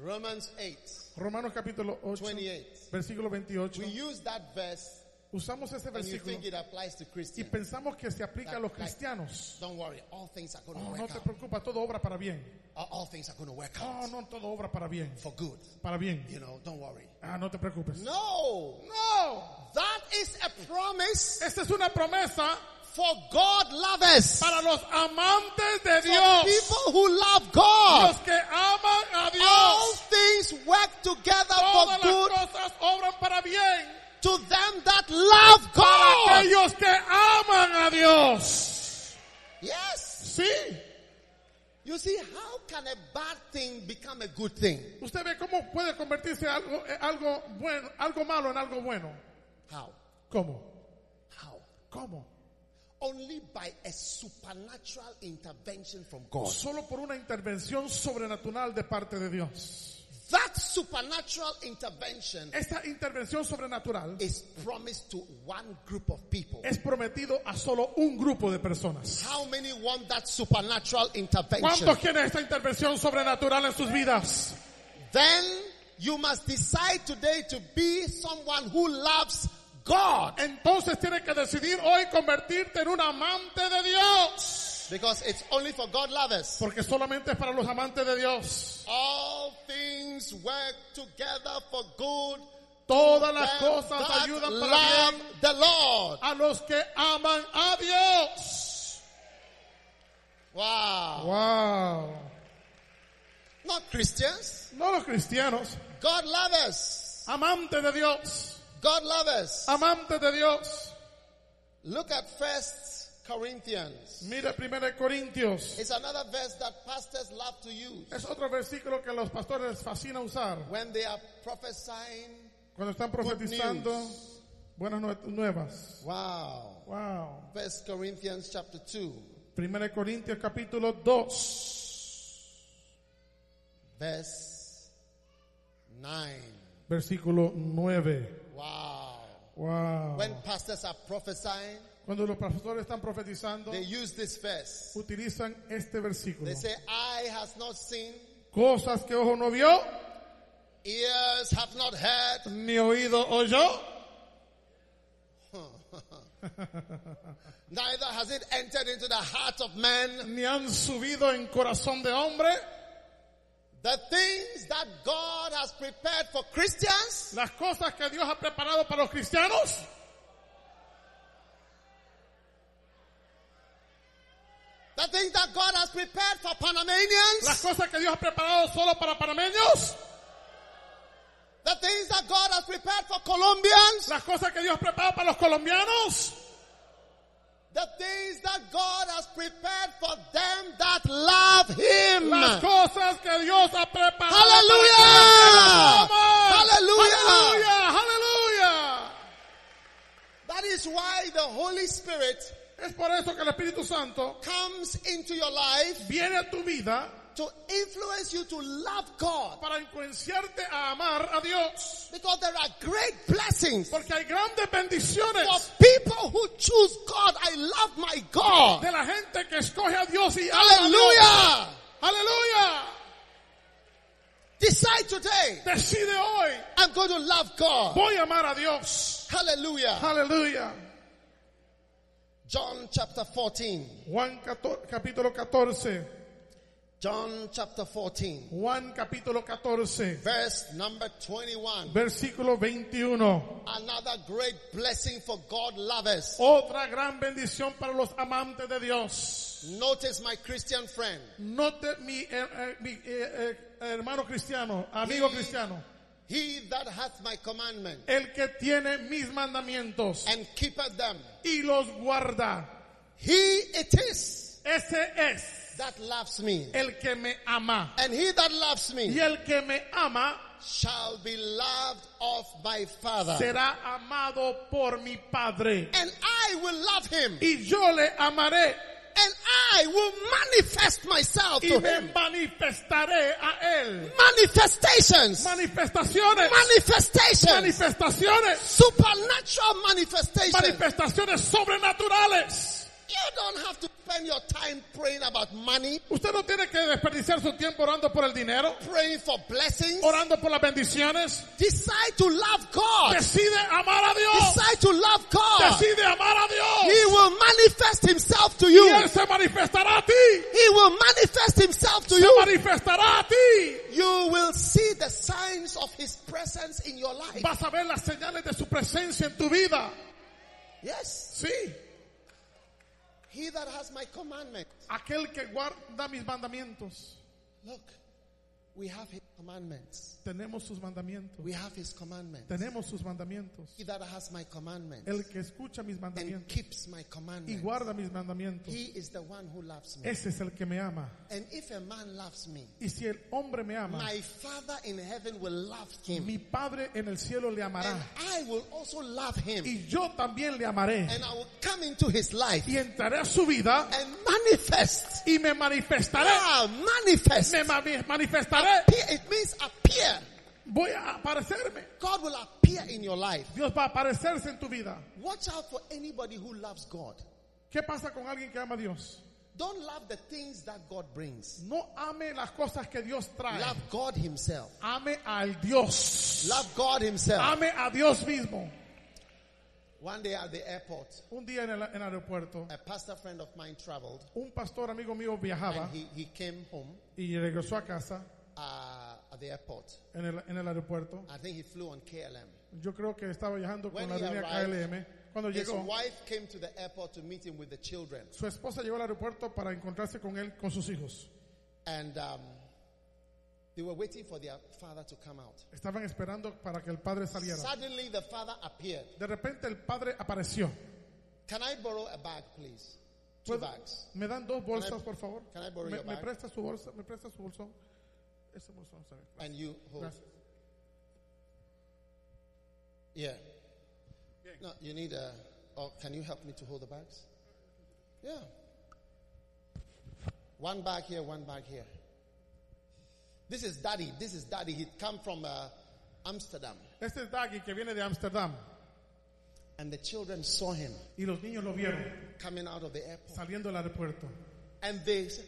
Romans 8, Romanos capítulo 8, 28. versículo 28. We use that verse Usamos ese and you versículo think it applies to y Christians. pensamos que se aplica a los cristianos. Don't worry, all things are going to Oh, no work te out. preocupa, todo obra para bien. All- All things are going to work Oh, out no, todo obra para bien. for good. Para bien. You know, don't worry. Ah, no te preocupes. No, No. that is a promise Esta es una promesa for God lovers. para los amantes de For Dios. people who love God. Los que aman a All Dios. things work together for Todas las good cosas obran para bien. to them that love Para God. aquellos que aman a Dios. Yes. Sí. You see, how can a bad thing become a good thing? Usted ve cómo puede convertirse algo, eh, algo bueno, algo malo en algo bueno. How? ¿Cómo? How? ¿Cómo? Only by a supernatural intervention from God. Solo por una intervención sobrenatural de parte de Dios. That supernatural intervention Esta intervención sobrenatural is promised to one group of people. es prometido a solo un grupo de personas. How many want that supernatural intervention? ¿Cuántos quieren esta intervención sobrenatural en sus vidas? Then you must decide today to be someone who loves God. Entonces tienes que decidir hoy convertirte en un amante de Dios. Because it's only for God lovers. Porque solamente es para los amantes de Dios. All things work together for good. Todas las Them cosas that ayudan para love bien the Lord. a los que aman a Dios. Wow. Wow. Not Christians. No los cristianos, God lovers. amantes de Dios, God lovers. amantes de Dios. Look at First Corinthians. Mira 1 Corintios. It's another verse that pastors love to use Es otro versículo que a los pastores les fascina usar when they are prophesying. cuando están profetizando buenas nue- nuevas. Wow. Wow. First Corinthians chapter 2, 1 Corintios capítulo 2, verse 9. versículo 9. Wow. Wow. When pastors are prophesying, Cuando los pastores están profetizando, They use this verse. utilizan este versículo. They say, Eye has not seen, Cosas que ojo no vio, ears have not heard. ni oído oyó, Neither has it entered into the heart of man. ni han subido en corazón de hombre. The things that God has prepared for Christians, Las cosas que Dios ha preparado para los cristianos, the things that God has prepared for las Panamanians, cosas que Dios ha preparado solo para panameños, the things that God has prepared for Colombians, las cosas que Dios ha preparado para los colombianos, The things that God has prepared for them that love Him. Las cosas que Dios ha preparado. para Hallelujah! Hallelujah! que las comamos. Aleluya, aleluya. That is why the Holy Spirit Es por eso que el Espíritu Santo comes into your life viene a tu vida to influence you to love God. para influenciarte a amar a Dios. Because there are great blessings Porque hay grandes for bendiciones people who choose God. I love my God. de la gente que escoge a Dios y ama a Dios. Hallelujah! Aleluya. Decide today. Decide hoy. I'm going to love God. Voy a amar a Dios. Hallelujah. Aleluya. John chapter 14. Juan 14, capítulo 14. John chapter 14. Juan capítulo 14. Verse number 21. Versículo 21. Another great blessing for God lovers. Otra gran bendición para los amantes de Dios. Notice my Christian friend. Note mi, eh, eh, mi, eh, eh, hermano cristiano, amigo cristiano. He that hath my commandment El que tiene mis mandamientos and keepeth them, y los guarda. he it is Ese es that loves me. el que me ama. And he that loves Y me el que me ama shall be loved of my Father. será amado por mi Padre. And I will love him. Y yo le amaré And I will manifest myself y to me him. manifestaré a él. Manifestations. Manifestaciones, Manifestations. manifestaciones, Supernatural manifestations. manifestaciones sobrenaturales. You don't have to spend your time praying about money, Usted no tiene que desperdiciar su tiempo orando por el dinero, praying for blessings. orando por las bendiciones. Decide to love God. Decide amar a Dios. Ah. Decide to love God. Decide amar a He Dios. will manifest himself to Y you. él se manifestará a ti. He will manifest himself to Se you. manifestará a ti. You will see the signs of his presence in your life. Vas a ver las señales de su presencia en tu vida. Yes. Sí. He that has my commandment. Aquel que guarda mis mandamientos. Look, we have his commandments. Tenemos sus mandamientos. We have his commandments. Tenemos sus mandamientos. He that has my commandments El que escucha mis and mandamientos keeps my y commandments. guarda mis mandamientos, He is the one who loves me. ese es el que me ama. And if a man loves me, Y si el hombre me ama, my Father in heaven will love him. mi Padre en el cielo le amará. And I will also love him. Y yo también le amaré. And I will come into his life Y entraré a su vida and manifest. y me manifestaré. Ah, manifest. Me mani- manifestaré. Appear, It means appear. Voy a aparecerme. God will appear in your life. Dios va a aparecerse en tu vida. Watch out for anybody who loves God. ¿Qué pasa con alguien que ama a Dios? Don't love the things that God brings. No ame las cosas que Dios trae. Love God himself. Ame al Dios. Love God himself. Ame a Dios mismo. One day at the airport, Un día en el, en el aeropuerto, a pastor friend of mine traveled un pastor amigo mío viajaba and he, he came home y regresó a casa uh, at the airport. en el, en el aeropuerto. I think he flew on KLM. Yo creo que estaba viajando When con la he línea arrived, KLM. Cuando His llegó, wife came to the airport to meet him with the children. su esposa llegó al aeropuerto para encontrarse con él, con sus hijos. And um, they were waiting for their father to come out. Estaban esperando para que el padre saliera. Suddenly, the father appeared. De repente el padre apareció. Can I borrow a bag, please? Two ¿Puedo- bags. ¿Me dan dos bolsas, I- por favor? can I borrow ¿Me, your me bag? presta su bolsa? ¿Me presta su bolsón? Ese bolsón, ¿sabe? And you hold. Gracias. Yeah. No, you need a. Or can you help me to hold the bags? Yeah. One bag here, one bag here. This is daddy. This is daddy. He'd come from uh, Amsterdam. Este es Daggy que viene de Ámsterdam. And the children saw him Y los niños lo vieron coming out of the airport. saliendo del aeropuerto. And they said,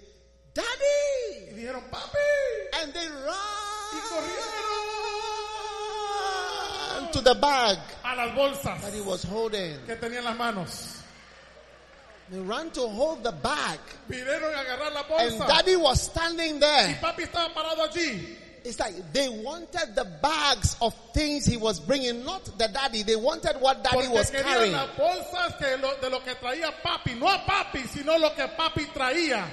Y Daddy! dijeron, papi. And they Y ran corrieron to the bag a las bolsas that he was holding. que tenían las manos. They ran to hold the bag. Vinieron a agarrar la And bolsa. daddy was standing Y there. papi estaba parado allí. It's like they wanted the bags of things he was bringing, not the daddy. They wanted what daddy Porque was querían carrying. las bolsas que lo- de lo que traía papi. No a papi, sino lo que papi traía.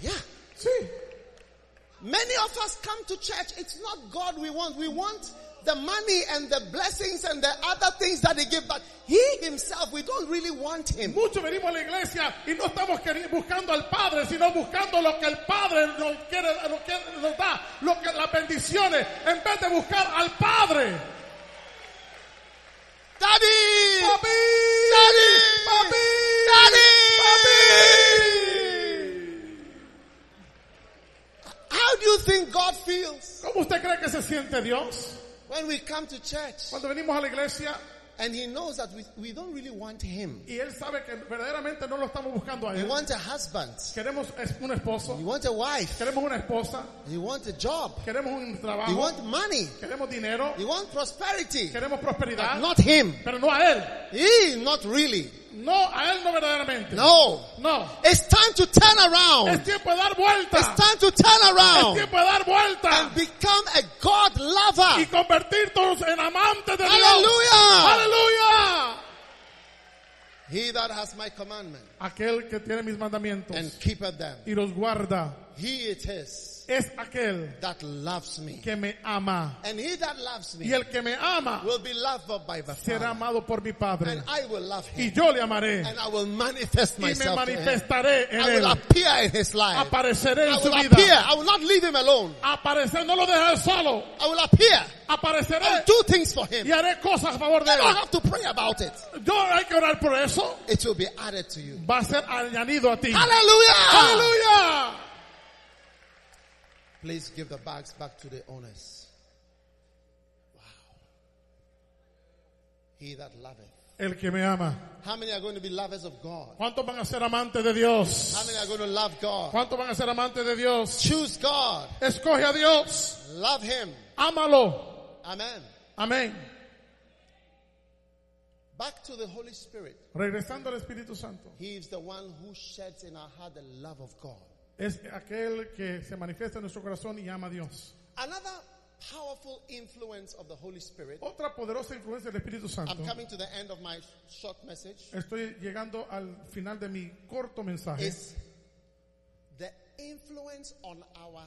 Yeah. Sí. Many of us come to church, it's not God we want. We want the money and the blessings and the other things that they give, but He Himself, we don't really want Him. Muchos venimos a la iglesia y no estamos queri- buscando al Padre, sino buscando lo que el Padre nos, quiere, nos, quiere- nos da, lo que, las bendiciones, en vez de buscar al Padre. Daddy! ¡Papi! Daddy! ¡Papi! Daddy! How do you think God feels ¿Cómo usted cree que se siente Dios when we come to church cuando venimos a la iglesia and He knows that we, we don't really want Him? y Él sabe que verdaderamente no lo estamos buscando a You Él? want a husband, Queremos es- un esposo, you want a wife, queremos una esposa, you want a job, queremos un you trabajo, want money, queremos dinero, you want prosperity, queremos prosperidad, not Him. pero no a Él. He, not really. No, a Él no verdaderamente. No. No. It's time to turn around. Es tiempo de dar vuelta. It's time to turn Es around tiempo de dar vuelta. and become a God Y lover. convertirnos en amantes de Dios. Hallelujah. Aleluya. He that has my commandment Aquel que tiene mis mandamientos and keepeth them, y los guarda he it is es aquel that loves me. que me ama. And he that loves Y me el que me ama will be loved by the será Father. amado por mi Padre. And I will love Y him. yo le amaré. And I will manifest Y me myself eh. to him. manifestaré en I will él. appear in his life. Apareceré en I su will appear. vida. I will not leave him alone. Aparecer, no lo dejaré solo. I will appear Apareceré and do things for him. y haré cosas a favor de I don't él. have to pray about it. Yo hay que orar por eso. It will be added to you. Va a ser añadido a ti. Mm. Ah. Hallelujah! Aleluya. Please give the bags back to the owners. Wow. He that loveth. El que me ama. How many are going to be lovers of God? ¿Cuántos van a ser amantes de Dios? How many are going to love God? ¿Cuántos van a ser amantes de Dios? Choose God. Escoge a Dios. Love Him. Ámalo. Amen. Amén. Back to the Holy Spirit. Regresando al Espíritu Santo. He is the one who sheds in our heart the love of God. Es aquel que se manifiesta en nuestro corazón y ama a Dios. Another powerful influence of the Holy Spirit. Otra poderosa influencia del Espíritu Santo. I'm coming to the end of my short message. Estoy llegando al final de mi corto mensaje. is the influence on our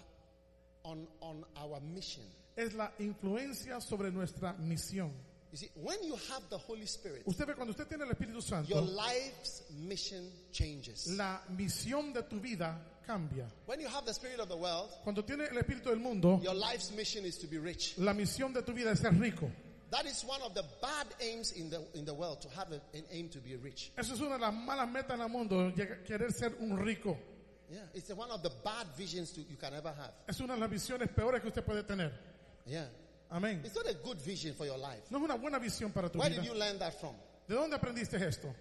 on on our mission. Es la influencia sobre nuestra misión. You see, when you have the Holy Spirit, Usted ve, cuando usted tiene el Espíritu your Santo, life's mission changes. la misión de tu vida cambia. When you have the Spirit of the world, Cuando tiene el Espíritu del mundo, your life's mission is to be rich. la misión de tu vida es ser rico. That is one of the bad aims in the in the world to have a- an aim to be rich. Eso es una de las malas metas en el mundo, llega- querer ser un rico. Yeah, it's one of the bad visions to, you can ever have. Es una de las visiones peores que usted puede tener. Yeah, Amén. it's not a good vision for your life. No es una buena visión para tu Where vida. did you learn that from? ¿De dónde aprendiste esto?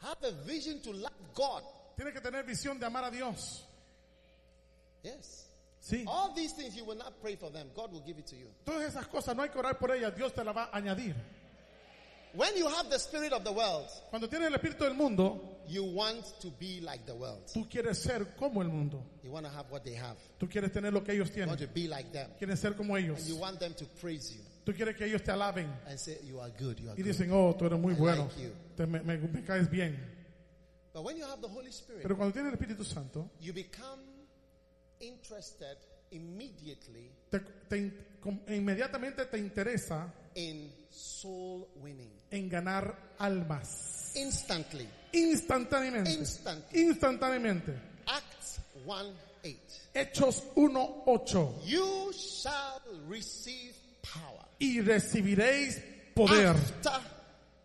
Have a vision to love God. Tienes que tener visión de amar a Dios. Yes. Sí. All these things you will not pray for them. God will give it to you. Todas esas cosas no hay que orar por ellas, Dios te las va a añadir. When you have the spirit of the world, Cuando tienes el espíritu del mundo, you want to be like the world. tú quieres ser como el mundo. You want to have what they have. Tú quieres tener lo que ellos You want tienen. to be like them. Quieres ser como You ellos. want them to praise you Tú quieres que ellos te alaben and say, You are good, you are y good. dicen, oh, tú eres muy bueno. like you. Te- me, me- me caes bien. But when you have the Holy Spirit, Pero cuando tienes el Espíritu Santo, you become interested immediately te- te in- com- inmediatamente te interesa in soul winning. en ganar almas. Instantly. Instantáneamente. Instantly. Instantáneamente. Acts 1 8. Hechos 1.8. You shall receive power y recibiréis poder after Ah,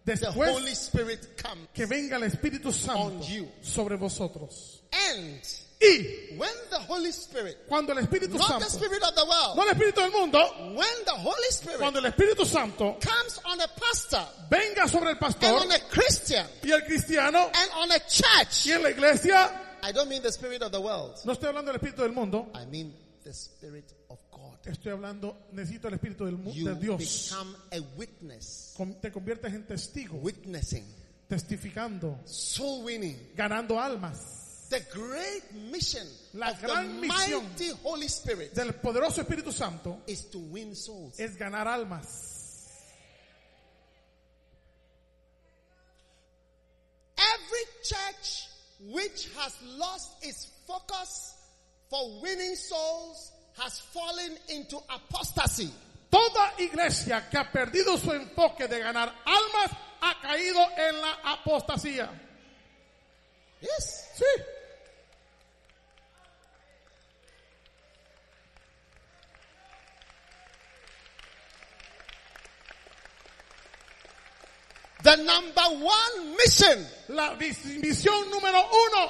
the Holy después Spirit comes. que venga el Espíritu on Santo you. sobre vosotros. And Y when the Holy Spirit, cuando el Espíritu not the Santo, Spirit of the world, no el Espíritu del mundo, when the Holy Spirit cuando el Espíritu Santo comes on a pastor venga sobre el and pastor on a Christian y el cristiano and on a y church, en la iglesia, I don't mean the Spirit of the world, no estoy hablando del Espíritu del mundo, I mean the Spirit of God. estoy hablando, necesito el Espíritu del mu- You de Dios. become a witness, Com- Te conviertes en testigo, witnessing, testificando, soul winning. ganando almas The great mission La of the gran misión mighty Holy Spirit del poderoso Espíritu Santo. is to win souls. Es ganar almas. Every church which has lost its focus for winning souls has fallen into apostasy. Toda iglesia que ha perdido su enfoque de ganar almas ha caído en la apostasía. Yes. Sí. The number one mission La dis- misión número uno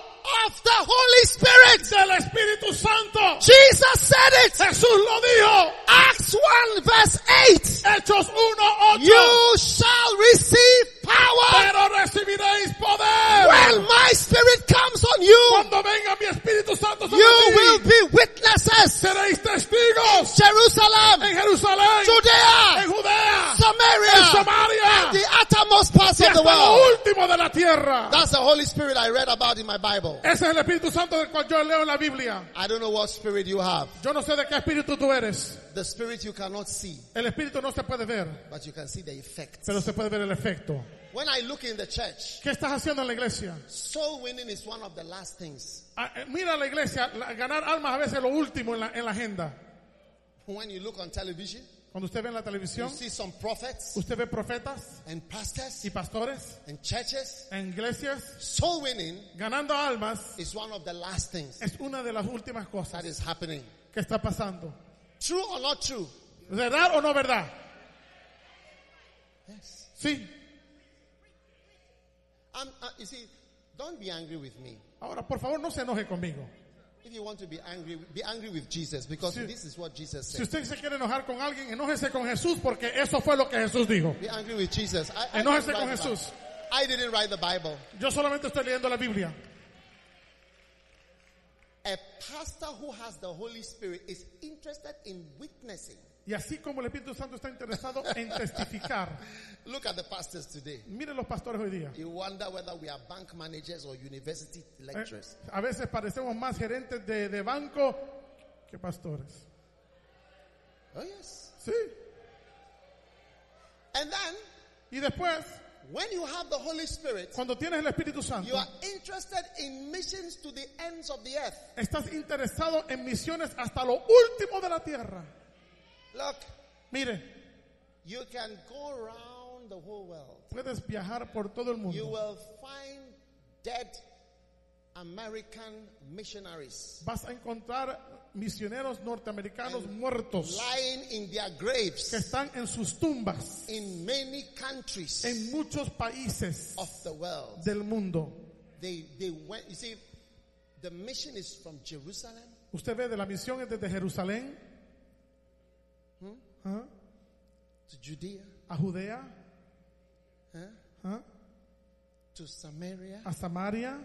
of the Holy Spirit. del Espíritu Santo. Jesus said it. Jesús lo dijo. Acts 1 verse 8. Hechos 1.8. You shall receive power Pero recibiréis poder. when my spirit comes on you. Cuando venga mi Espíritu Santo sobre You ti, will be witnesses. seréis testigos Jerusalem, en Jerusalén, en Judea, Judea, en Samaria, Samaria, the uttermost parts y of the hasta lo world. último de la tierra. That's the Holy Spirit I read about in my Bible. Ese es el Espíritu Santo del cual yo leo en la Biblia. I don't know what spirit you have. Yo no sé de qué espíritu tú eres. The spirit you cannot see, El espíritu no se puede ver, but you can see the effect. pero se puede ver el efecto. When I look in the church, ¿Qué estás haciendo en la iglesia? soul winning is one of the last things. Ah, eh, Mira la iglesia, la- ganar almas a veces es lo último en la, en la agenda. When you look on television, Cuando usted ve en la you televisión, see some prophets usted ve profetas and pastors y pastores and churches. en iglesias Soul winning ganando almas. is one of the last things Es una de las últimas cosas that is happening. que está pasando. True or not true? ¿Verdad o no verdad? Yes. Sí. Um, uh, you see, don't be angry with me. Ahora, por favor, no se enoje conmigo. If you want to be angry, be angry with Jesus because Sí. this is what Jesus Si said. usted se quiere enojar con alguien, enójese con Jesús porque eso fue lo que Jesús dijo. Be angry with Jesus. I, I, Enójese didn't con write the Bi- Jesús. I didn't write the Bible. Yo solamente estoy leyendo la Biblia. A pastor who has the Holy Spirit is interested in witnessing. Y así como el Espíritu Santo está interesado en testificar, Look at the pastors today. miren los pastores hoy día. You wonder whether we are bank managers or university Eh, lecturers. a veces parecemos más gerentes de, de banco que pastores. Oh, yes. Sí. And then, Y después, when you have the Holy Spirit, cuando tienes el Espíritu you Santo, are interested in missions to the ends of the earth. estás interesado en misiones hasta lo último de la tierra. Look, Mire, you can go around the whole world. Puedes viajar por todo el you mundo. will find dead American missionaries Vas a encontrar misioneros norteamericanos muertos lying in their que graves están en sus tumbas in many countries en muchos países of the world. del mundo. They, they went, you see, the mission is from Jerusalem Usted ve de la misión es desde Jerusalén ¿ah? to Judea, a Judea, huh? ¿ah? to Samaria, a Samaria,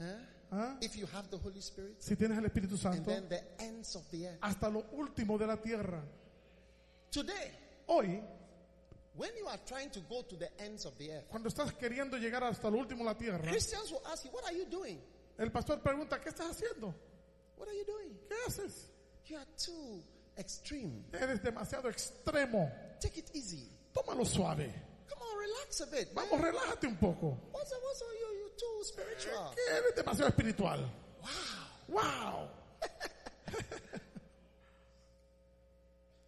huh? ¿ah? if you have the Holy Spirit, si tienes el Espíritu and Santo, then the ends of the earth. hasta lo último de la tierra. Today, Hoy, when you are trying to go to the ends of the earth, cuando estás queriendo llegar hasta lo último de la tierra, Christians will ask you, What are you doing? el pastor pregunta, ¿qué estás haciendo? What are you doing? ¿Qué haces? You are too extreme. Eres demasiado extremo. Take it easy. Tómalo suave. Come on, relax a bit. man. Vamos, relájate un poco. What's what's all you? You too spiritual. Que eres demasiado espiritual. Wow. Wow.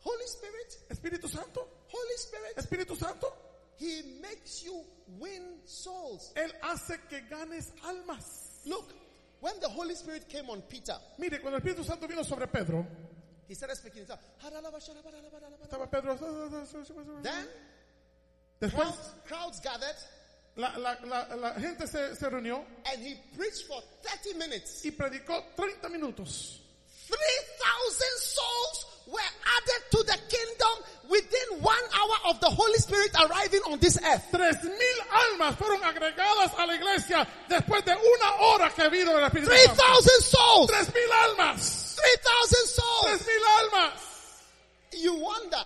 Holy Spirit, Espíritu Santo. Holy Spirit, Espíritu Santo. He makes you win souls. Él hace que ganes almas. Look, when the Holy Spirit came on Peter, Mire, cuando el Espíritu Santo vino sobre Pedro, he started speaking in tongues. Hadalabashadabadalabadalabada. estaba Pedro. ah, Then Después, crowds, crowds gathered la, la- la- la gente se, se reunió and he preached for 30 minutes. y predicó 30 minutos. 3,000 souls were added to the kingdom within one hour of the Holy Spirit arriving on this earth. Tres mil almas fueron agregadas a la iglesia después de una hora que vino el Espíritu Three Santo. thousand souls. Tres mil almas. Three thousand souls. Tres mil almas. You wonder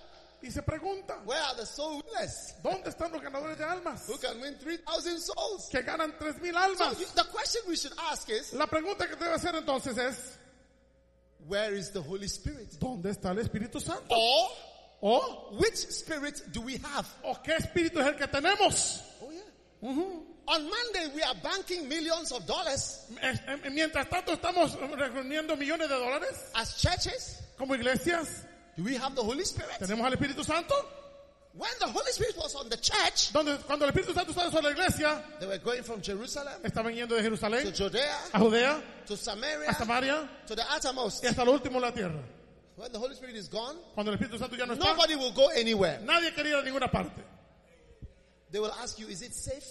Y se pregunta, where are the soul winners ¿Dónde están los ganadores de almas? who can win three thousand souls? Que ganan 3.000 So almas. you- the question we should ask is La pregunta que debe hacer entonces es, where is the Holy Spirit? ¿dónde está el Espíritu Santo? Or ¿O, which spirit do we have? o qué Espíritu es el que tenemos? Oh yeah. On Monday we are banking millions of dollars em, Es- em- Mientras tanto estamos reuniendo millones de dólares as churches, Como iglesias, Do we have the Holy Spirit? tenemos al Espíritu Santo. When the Holy Spirit was on the church, Donde, cuando el Espíritu Santo estaba sobre la iglesia, they were going from Jerusalem estaban yendo de to Jerusalén Judea a Judea, to a Samaria Samaria to the uttermost. y hasta lo último en la tierra. When the Holy Spirit is gone, Cuando el Espíritu Santo ya no está, nobody will go anywhere. nadie quería ir a ninguna parte. They will ask you, is it safe?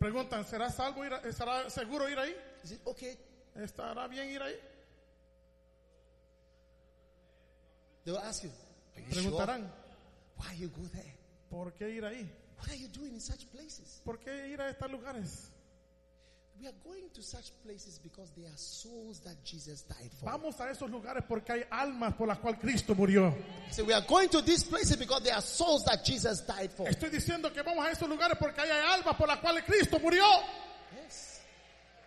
Preguntan, ¿será salvo ir a- será seguro ir ahí? Is it okay? ¿Estará bien ir ahí? They will ask you, are you sure? Preguntarán, Why you go there? ¿por qué ir ahí? What are you doing in such places? ¿Por qué ir a estos lugares? We are going to such places because they are souls that Jesus died for. Vamos a esos lugares porque hay almas por las cuales Cristo murió. So we are going to these places because they are souls that Jesus died for. Estoy diciendo que vamos a esos lugares porque ahí hay almas por las cuales Cristo murió. Yes.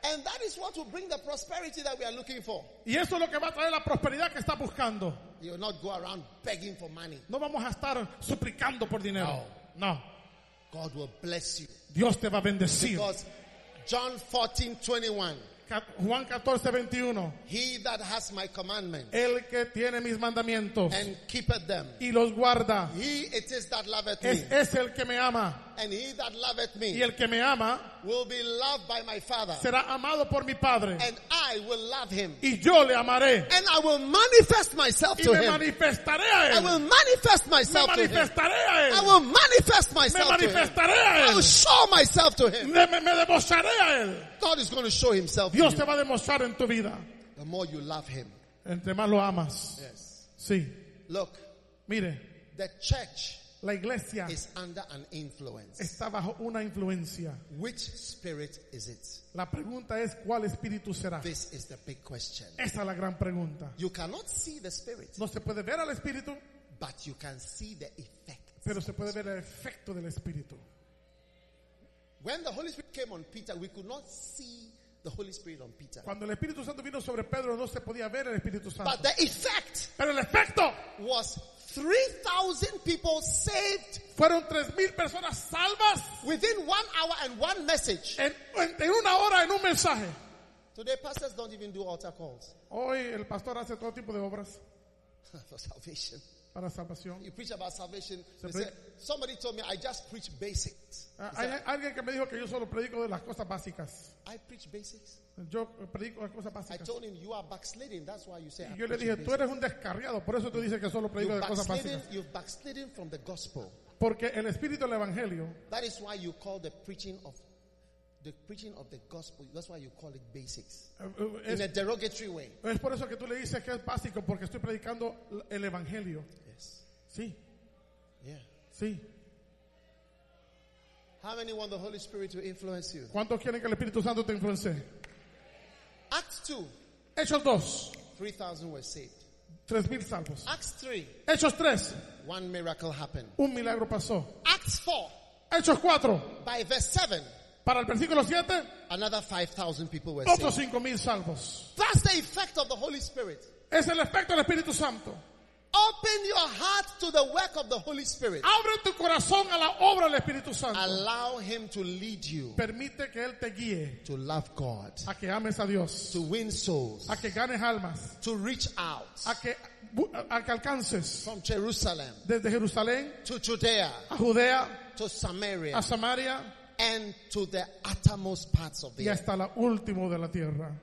And that is what will bring the prosperity that we are looking for. Y eso es lo que va a traer la prosperidad que está buscando. You will not go around begging for money. No vamos a estar suplicando por dinero. No. God will bless you. Dios te va a bendecir. Because John 14, 21, Ca- Juan 14, 21. he that has my commandment El que tiene mis mandamientos and keepeth them, y los guarda he it is that loveth me. es, es el que me ama. And he that loveth Y me el que me ama will be loved by my Father. será amado por mi Padre. And I will love him. Y yo le amaré. And I will manifest myself Y to me him. manifestaré a I él. will manifest Me myself to him. manifestaré a él. I will manifest Me myself to him. manifestaré a I él. will show myself to him. Me, me- me demostraré a él. God is going to show himself. to Dios you. te va a demostrar en tu vida. The more you love him. Entre más lo amas. Yes. Sí. Look, Mire, the church la iglesia is under an influence. está bajo una influencia. Which spirit is it? La pregunta es cuál espíritu será. This is the big question. Esa es la gran pregunta. You cannot see the spirit, No se puede ver al espíritu, but you can see the effect. pero se puede ver el efecto del espíritu. When the Holy Spirit came on Peter, we could not see the Holy Spirit on Peter. Cuando el Espíritu Santo vino sobre Pedro no se podía ver el Espíritu But Santo. the effect Pero el efecto was 3,000 people saved fueron tres mil personas salvas within one hour and one message. en, en- en una hora en un mensaje. Today, pastors don't even do altar calls Hoy el pastor hace todo tipo de obras for salvation. para salvación. You preach about salvation. Uh, So they pre- say, somebody told me I just preach basics. I Ah, Hay, said, hay alguien que me dijo que yo solo predico de las cosas básicas. I preach basics. Yo predico las cosas I básicas. told him you are backsliding. That's why you say. I Y yo le preach dije, tú basics." eres un descarriado, por eso tú dices que solo predico You've de cosas backslidden, básicas. you've backslidden from the gospel. Porque el espíritu del evangelio eh, That is why you call the preaching of the preaching of the gospel. That's why you call it basics eh, in eh, es a derogatory way. Es por eso que tú le dices que es básico, porque estoy predicando el evangelio. Yes. Sí, Yeah. sí. How many want the Holy Spirit to influence you? ¿Cuántos quieren que el Espíritu Santo te influencie? Acts two, Hechos 2, three thousand were saved. 3.000 salvos. Acts three, Hechos 3, one miracle happened. un milagro pasó. Acts four, Hechos 4, by verse seven, para el versículo 7, another five thousand people were saved. otros 5.000 salvos. That's the effect of the Holy Spirit. Es el efecto del Espíritu Santo. Open your heart to the work of the Holy Spirit. Abre tu corazón a la obra del Espíritu Santo. Allow Him to lead you Permite que Él te guíe to love God, a que ames a Dios, to win souls, a que ganes almas, to reach out a que, a que alcances from Jerusalem desde Jerusalén to Judea, a Judea, to a Samaria, Samaria and to the uttermost parts of y the earth. hasta la última de la tierra.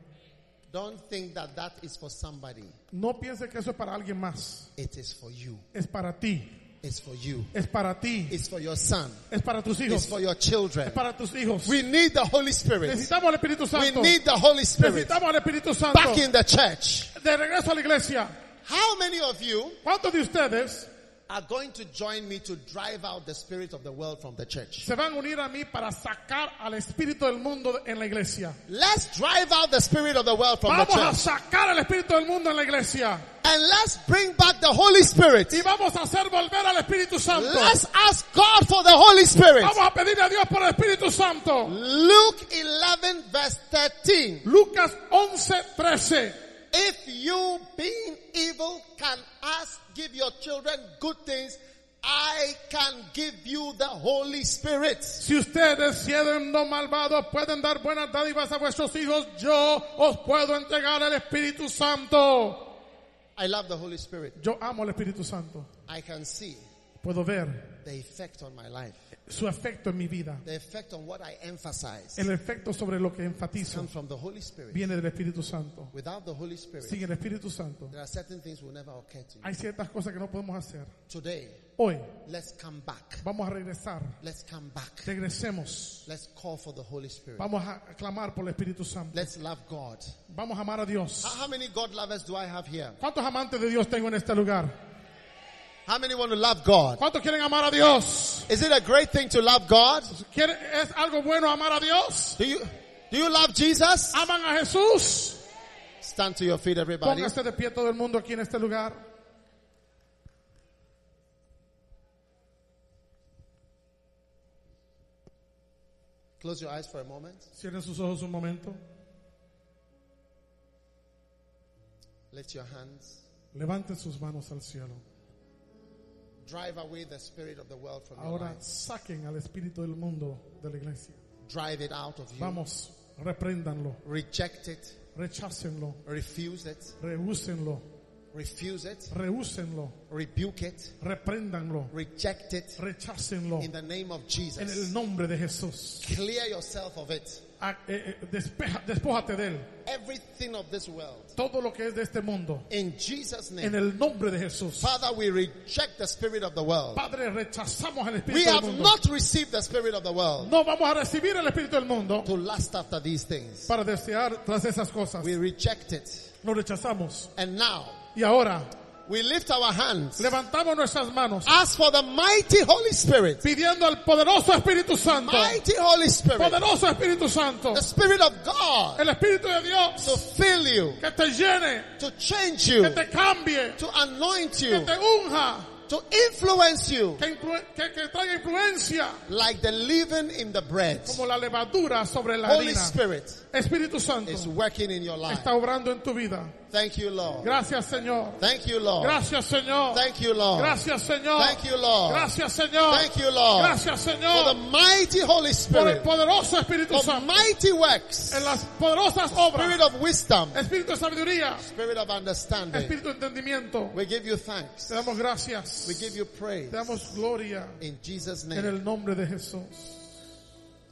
Don't think that that is for somebody. No pienses que eso es para alguien más. It is for you. Es para ti. It's for you. Es para ti. It's for your son. Es para tus It's hijos. for your children. Es para tus hijos. We need the Holy Spirit. Necesitamos al Espíritu We Santo. need the Holy Spirit Necesitamos al Espíritu Santo. back in the church. De regreso a la iglesia. How many of you ¿Cuántos de ustedes are going to join me to drive out the spirit of the world from the church. se van a unir a mí para sacar al Espíritu del mundo en la iglesia? Let's drive out the spirit of the world from the Vamos a church. sacar al Espíritu del mundo en la iglesia. And let's bring back the Holy Spirit. Y vamos a hacer volver al Espíritu Santo. Let's ask God for the Holy Spirit. Vamos a pedirle a Dios por el Espíritu Santo. Luke 11 verse 13. Lucas 11, 13. If you being evil can ask, give your children good things, I can give you the Holy Spirit. Si ustedes, siendo no malvados, pueden dar buenas dádivas a vuestros hijos, yo os puedo entregar el Espíritu Santo. I love the Holy Spirit. Yo amo al Espíritu Santo. I can see Puedo ver the effect on my life, su efecto en mi vida. the effect on what I emphasize. El efecto sobre lo que enfatizo Come from the Holy Spirit. viene del Espíritu Santo. Without the Holy Spirit, Sin el Espíritu Santo, there are certain things will never occur to you. hay ciertas cosas que no podemos hacer. Today, Hoy let's come back. vamos a regresar. Let's come back. Regresemos. Let's call for the Holy Spirit. Vamos a clamar por el Espíritu Santo. Let's love God. Vamos a amar a How, Dios. how many God lovers do I have here? ¿Cuántos amantes de Dios tengo en este lugar? How many want to love God? ¿Cuántos quieren amar a Dios? Is it a great thing to love God? ¿Quiere- ¿Es algo bueno amar a Dios? Do you, do you love Jesus? ¿Aman a Jesús? Stand to your feet, everybody. Póngase de pie todo el mundo aquí en este lugar. Close your eyes for a moment. Cierren sus ojos un momento. Lift your hands. Levanten sus manos al cielo. Drive away the spirit of the world from your Ahora life. saquen al espíritu del mundo de la iglesia. Drive it out of you. Vamos, repréndanlo, Reject it. rechácenlo, Refuse it. rehúsenlo, Refuse it. rehúsenlo, Rebuke it. repréndanlo, Reject it. rechácenlo In the name of en Jesus. el nombre de Jesús. Clear yourself of it. Ah, eh, eh, despeja- despójate de él. Everything of this world. Todo lo que es de este mundo. In Jesus' En name. el nombre de Jesús. Father, we reject the spirit of the world. Padre, rechazamos al We espíritu del have mundo. not received the spirit of the world No vamos a recibir el espíritu del mundo to lust after these things. para desear tras esas cosas. We reject it. Lo rechazamos. And now Y ahora we lift our hands. levantamos nuestras manos Ask for the mighty Holy Spirit. pidiendo al poderoso Espíritu Santo. Mighty Holy Spirit. Poderoso Espíritu Santo. The Spirit of God El Espíritu de Dios to fill you, que te llene, to change que you, te cambie, to anoint que you, te unja, to influence you que, influ- que- que traiga influencia like the leaven in the bread. como la levadura sobre la Holy harina. Spirit Espíritu Santo is working in your life. está obrando en tu vida. Thank you, Lord. Gracias Señor. Thank you, Lord. Gracias Señor. Thank you, Lord. Gracias Señor. Thank you, Lord. Gracias Señor. Thank you, Lord. Gracias For the Señor. mighty Holy Por el Spirit, poderoso Espíritu for Santo. mighty works, En las poderosas obras. Spirit of wisdom, Espíritu de sabiduría. Spirit of understanding. Espíritu de entendimiento. We give you thanks. Te damos gracias. We give you praise Te damos gloria in Jesus' en name. el nombre de Jesús.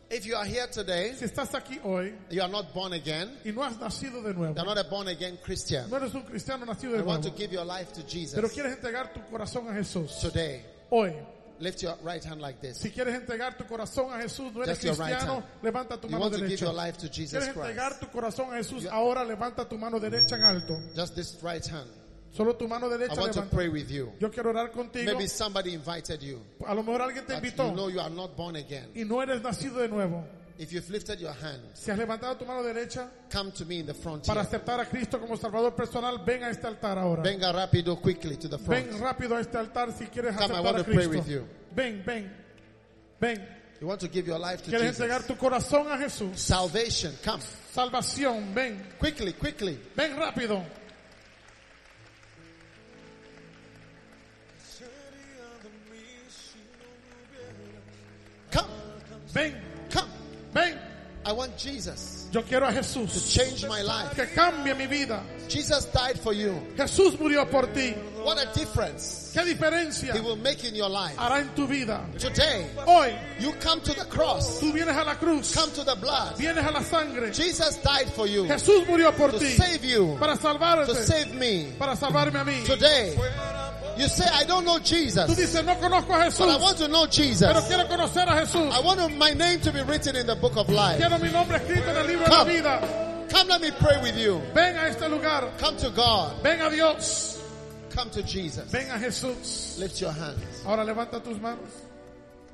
If you are here today, Si estás aquí hoy you are not born again. y no has nacido de nuevo, You are not a born again Christian. no eres un cristiano nacido de You want nuevo, to give your life to pero Jesus quieres entregar tu corazón a Jesús today. hoy. Lift your right hand like this. Si quieres entregar tu corazón a Jesús, no eres Just your right cristiano, hand. levanta tu You mano want to give your derecha. life to Jesus Quieres Christ. entregar tu corazón a Jesús, ahora levanta tu mano derecha en alto. Just this right hand. Solo tu mano I derecha want to levanta. pray with you. Yo quiero orar contigo. Maybe somebody invited you, A lo mejor alguien te but you know invitó you are not born again. y no eres nacido de nuevo. If you've lifted your hand, Si has levantado tu mano derecha come to me in the front para here. aceptar a Cristo como Salvador personal, ven a este altar ahora. Venga rápido, quickly to the front. Ven rápido a este altar si quieres Come, I aceptar want a to pray Cristo. with you. Ven, ven, ven. You want to give your life to Quieres Jesus. entregar tu corazón a Jesús. Salvation, come. Salvación, ven, Quickly, quickly. ven rápido. Come, Ven, come. ven. I want Jesus Yo quiero a to Jesús change my life. que cambie mi vida. Jesus died for you. Jesús murió por ti. What a difference ¿Qué diferencia he will make in your life. hará en tu vida? Today, Hoy you come to the cross, tú vienes a la cruz, come to the blood. vienes a la sangre. Jesus died for you Jesús murió por to ti save you, para to salvarte, save me. para salvarme a mí. Today, you say, I don't know Tú Jesus, dices, no conozco a but I Jesús, want to know pero Jesus. quiero conocer a Jesús. I want my name to be written in the book of life. Quiero mi nombre escrito en el libro de la Come. vida. Come, let me pray with you. Ven a este lugar. Come to God, Ven a Dios. come to Jesus. Ven a Jesús. Lift your hands Ahora levanta tus manos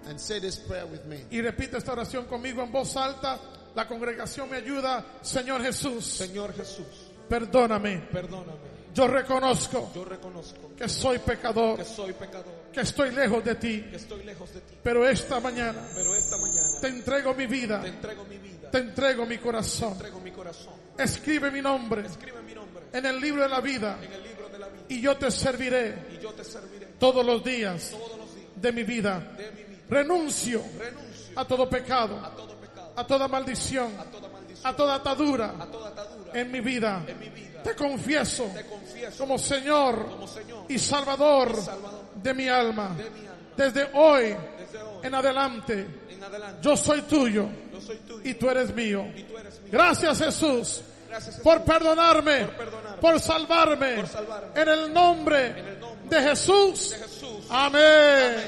and say this prayer with me. y repite esta oración conmigo en voz alta. La congregación me ayuda. Señor Jesús, Señor Jesús, perdóname. perdóname. Yo reconozco Yo reconozco que soy pecador, que soy pecador, que estoy lejos de ti. que estoy lejos de ti. Pero esta mañana Pero esta mañana te entrego mi vida, te entrego mi vida, te te entrego mi corazón. entrego mi corazón. Escribe mi nombre Escribe mi nombre en el libro de la vida en el libro de la vida y yo te serviré y yo te serviré todos los días todos los días de mi vida. de mi vida. Renuncio Renuncio a todo pecado, a todo pecado, a toda maldición, a toda maldición, a toda atadura a toda atadura en mi vida. en mi vida. Te confieso Te confieso como Señor como Señor y Salvador Salvador de mi alma. de mi alma. Desde hoy Desde hoy en adelante, en adelante yo soy tuyo yo soy tuyo y tú eres mío. y tú eres mío. Gracias Jesús Gracias Jesús, por perdonarme, por perdonarme, por salvarme, por salvarme. en el en el nombre nombre de Jesús. de Jesús. Amén.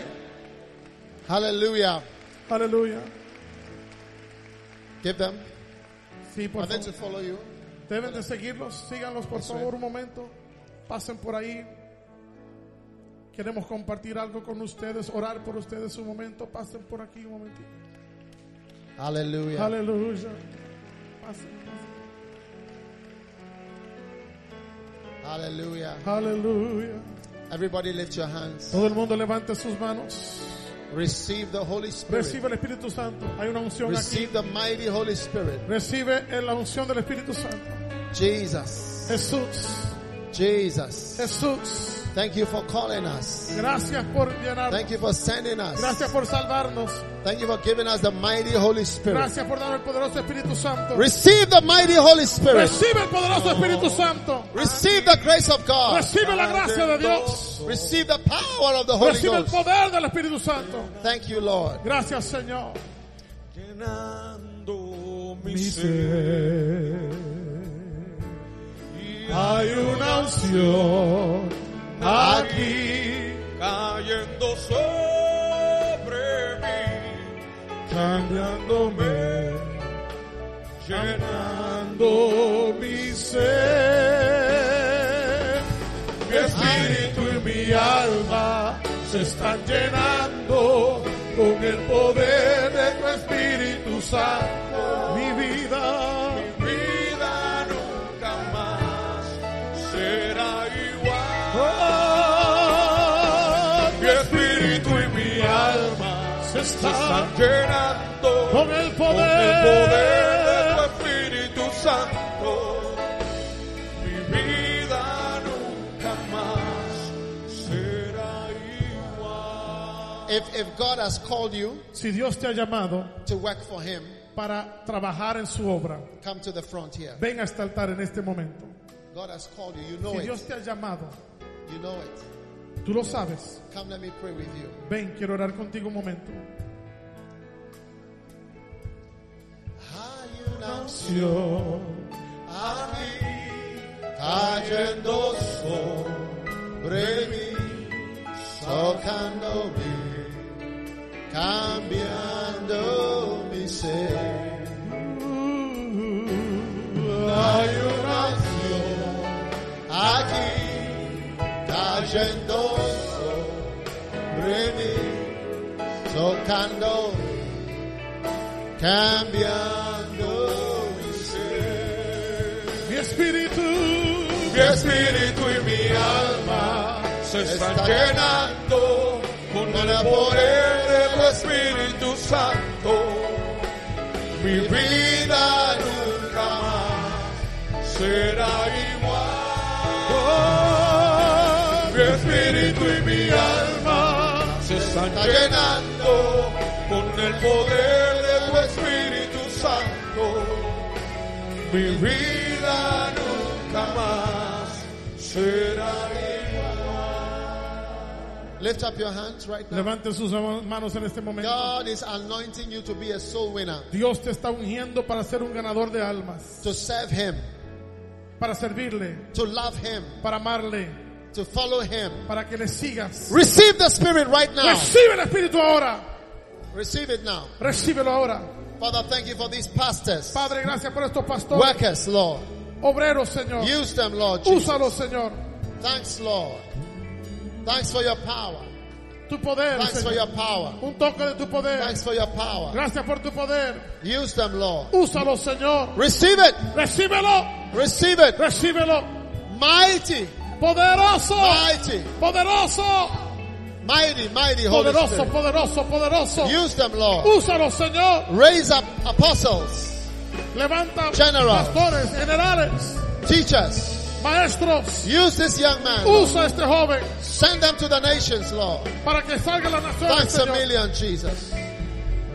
Hallelujah. Aleluya. Give them. Sí, por Are they to favor. follow you? Deben de seguirlos. Síganlos, por favor, un momento. Pasen por ahí. Queremos compartir algo con ustedes, orar por ustedes un momento. Pasen por aquí un momentito. Hallelujah. Aleluya. Pasen, pasen. Hallelujah. Aleluya. Everybody lift your hands. Todo el mundo levante sus manos. Receive the Holy Spirit. Recibe el Espíritu Santo. Hay una unción aquí. Receive the mighty Holy Spirit. Recibe la unción del Espíritu Santo. Jesus. Jesús, Jesus. Jesús, Thank you for calling us. gracias por llenarnos. Thank you for sending us. Gracias por salvarnos. Thank you for giving us the mighty Holy Spirit. Gracias por dar el poderoso Espíritu Santo. Receive the mighty Holy Spirit. Recibe el poderoso Oh. Espíritu Santo. Receive the grace of God. Recibe la gracia de Dios. Receive the power of the Holy Recibe el Ghost. poder del Espíritu Santo. Thank you, Lord. Gracias, Señor. Llenando mi Hay una unción aquí. cayendo sobre mí, cambiándome, llenando mi ser. Mi espíritu y mi alma se están llenando con el poder de tu Espíritu Santo. Mi vida, mi vida nunca más será igual. Mi espíritu y mi alma se están llenando con el con el poder poder. de tu Espíritu Santo. Mi vida nunca más será igual. If, if God has called you Si Dios te ha llamado to work for Him, para trabajar en su obra, come to the front here. ven a este altar en este momento. God has called you. You know Si it. Dios te ha llamado, You know it. tú lo sabes. Come, let me pray with you. Ven, quiero orar contigo un momento. Hay una unción A mí cayendo sobre mí, socándome, cambiando mi ser. Hay una unción aquí cayendo sobre mí, tocando, cambiando mi ser. Mi espíritu mi espíritu y mi alma se están llenando con el poder de tu Espíritu Santo. Mi vida nunca más será igual. Mi espíritu y mi alma se están llenando con el poder de tu Espíritu Santo. Mi vida nunca más será igual. Lift up your hands right now. Levante sus manos en este momento. God is anointing you to be a soul winner, Dios te está ungiendo para ser un ganador de almas, to serve Him, para servirle, to love Him, para amarle, to follow Him. para que le sigas. Receive the Spirit right now. Recibe el Espíritu ahora. Receive it now. Recíbelo ahora. Father, thank you for these pastors, Padre, gracias por estos pastores, workers, Lord. obreros, Señor. Use them, Lord. Jesus. Úsalos, Señor. Thanks, Lord. Thanks for your power. Tu poder, Thanks for Señor. your power. Un toque de tu poder. Thanks for your power. Gracias por tu poder. Use them, Lord. Úsalo, Señor. Receive it. Recíbelo. Receive it. Recíbelo. Mighty, Poderoso. mighty, Poderoso. mighty, mighty Holy Poderoso, Spirit. poderoso, poderoso. Use them, Lord. Úsalo, Señor. Raise up apostles, Levanta General. pastores, generales, teachers. maestros. Use this young man. Lord. Usa a este joven Send them to the nations, Lord. para que salga la nación. Thanks a Señor. million, Jesus.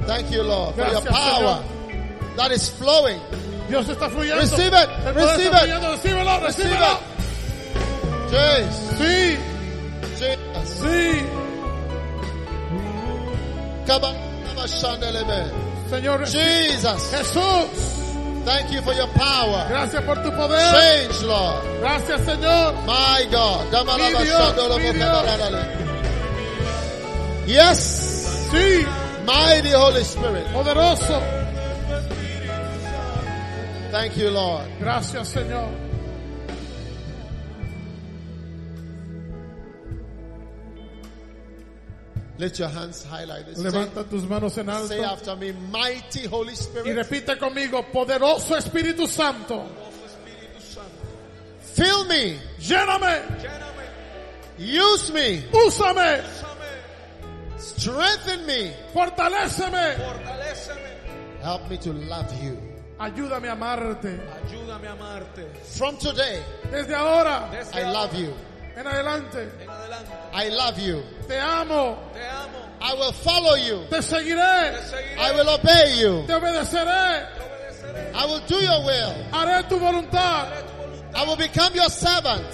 Thank you, Lord, for your Gracias, power that is flowing Dios está fluyendo. Receive it, El poder receive está it. fluyendo. Recíbelo, Receive recíbelo. it. Jesus. Sí, Jesus. sí. Kaba- Kaba Shandelebe. Señor Jesus. Jesús, Thank you for your power. gracias por tu poder. Change, Lord. Gracias, Señor. My God. Damalaba Mi Dios, Shandolobo mi Dios. Kabalale. Yes. Sí, Mighty Holy Spirit. poderoso. Thank you, Lord. Gracias, Señor. Lift your hands high like this. Levanta tus manos en Say, say alto after me, mighty Holy y Spirit. repite conmigo, poderoso Espíritu Santo, Fill me. lléname, Use me. úsame, Strengthen me. fortaléceme, Fortaléceme. Help me to love you. ayúdame a amarte. Ayúdame a amarte. From today, Desde ahora Desde I love you. en adelante, en adelante. I love you. te amo, Te amo. I will follow you. te Te seguiré, seguiré. I will obey you. te obedeceré, I will do your will. haré tu voluntad, I will become your servant.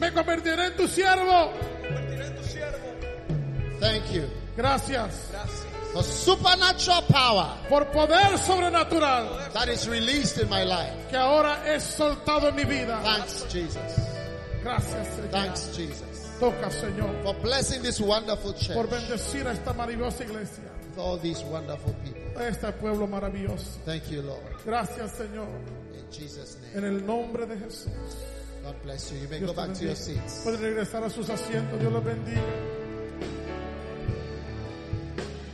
me convertiré en tu siervo. Convertiré en tu siervo. Thank you Gracias Gracias. for supernatural power por poder sobrenatural that is released in my life. que ahora es soltado en mi vida. Thanks, Jesus. Gracias, Señor. Thanks, Jesus. Toca, Señor, For blessing this wonderful por church bendecir a esta maravillosa iglesia, with all these wonderful people. a este pueblo maravilloso. Thank you, Lord. Gracias, Señor, In Jesus' name. en el nombre de Jesús. God bless you. You may Dios go te back to your bendiga. seats. Pueden regresar a sus asientos. Dios los bendiga.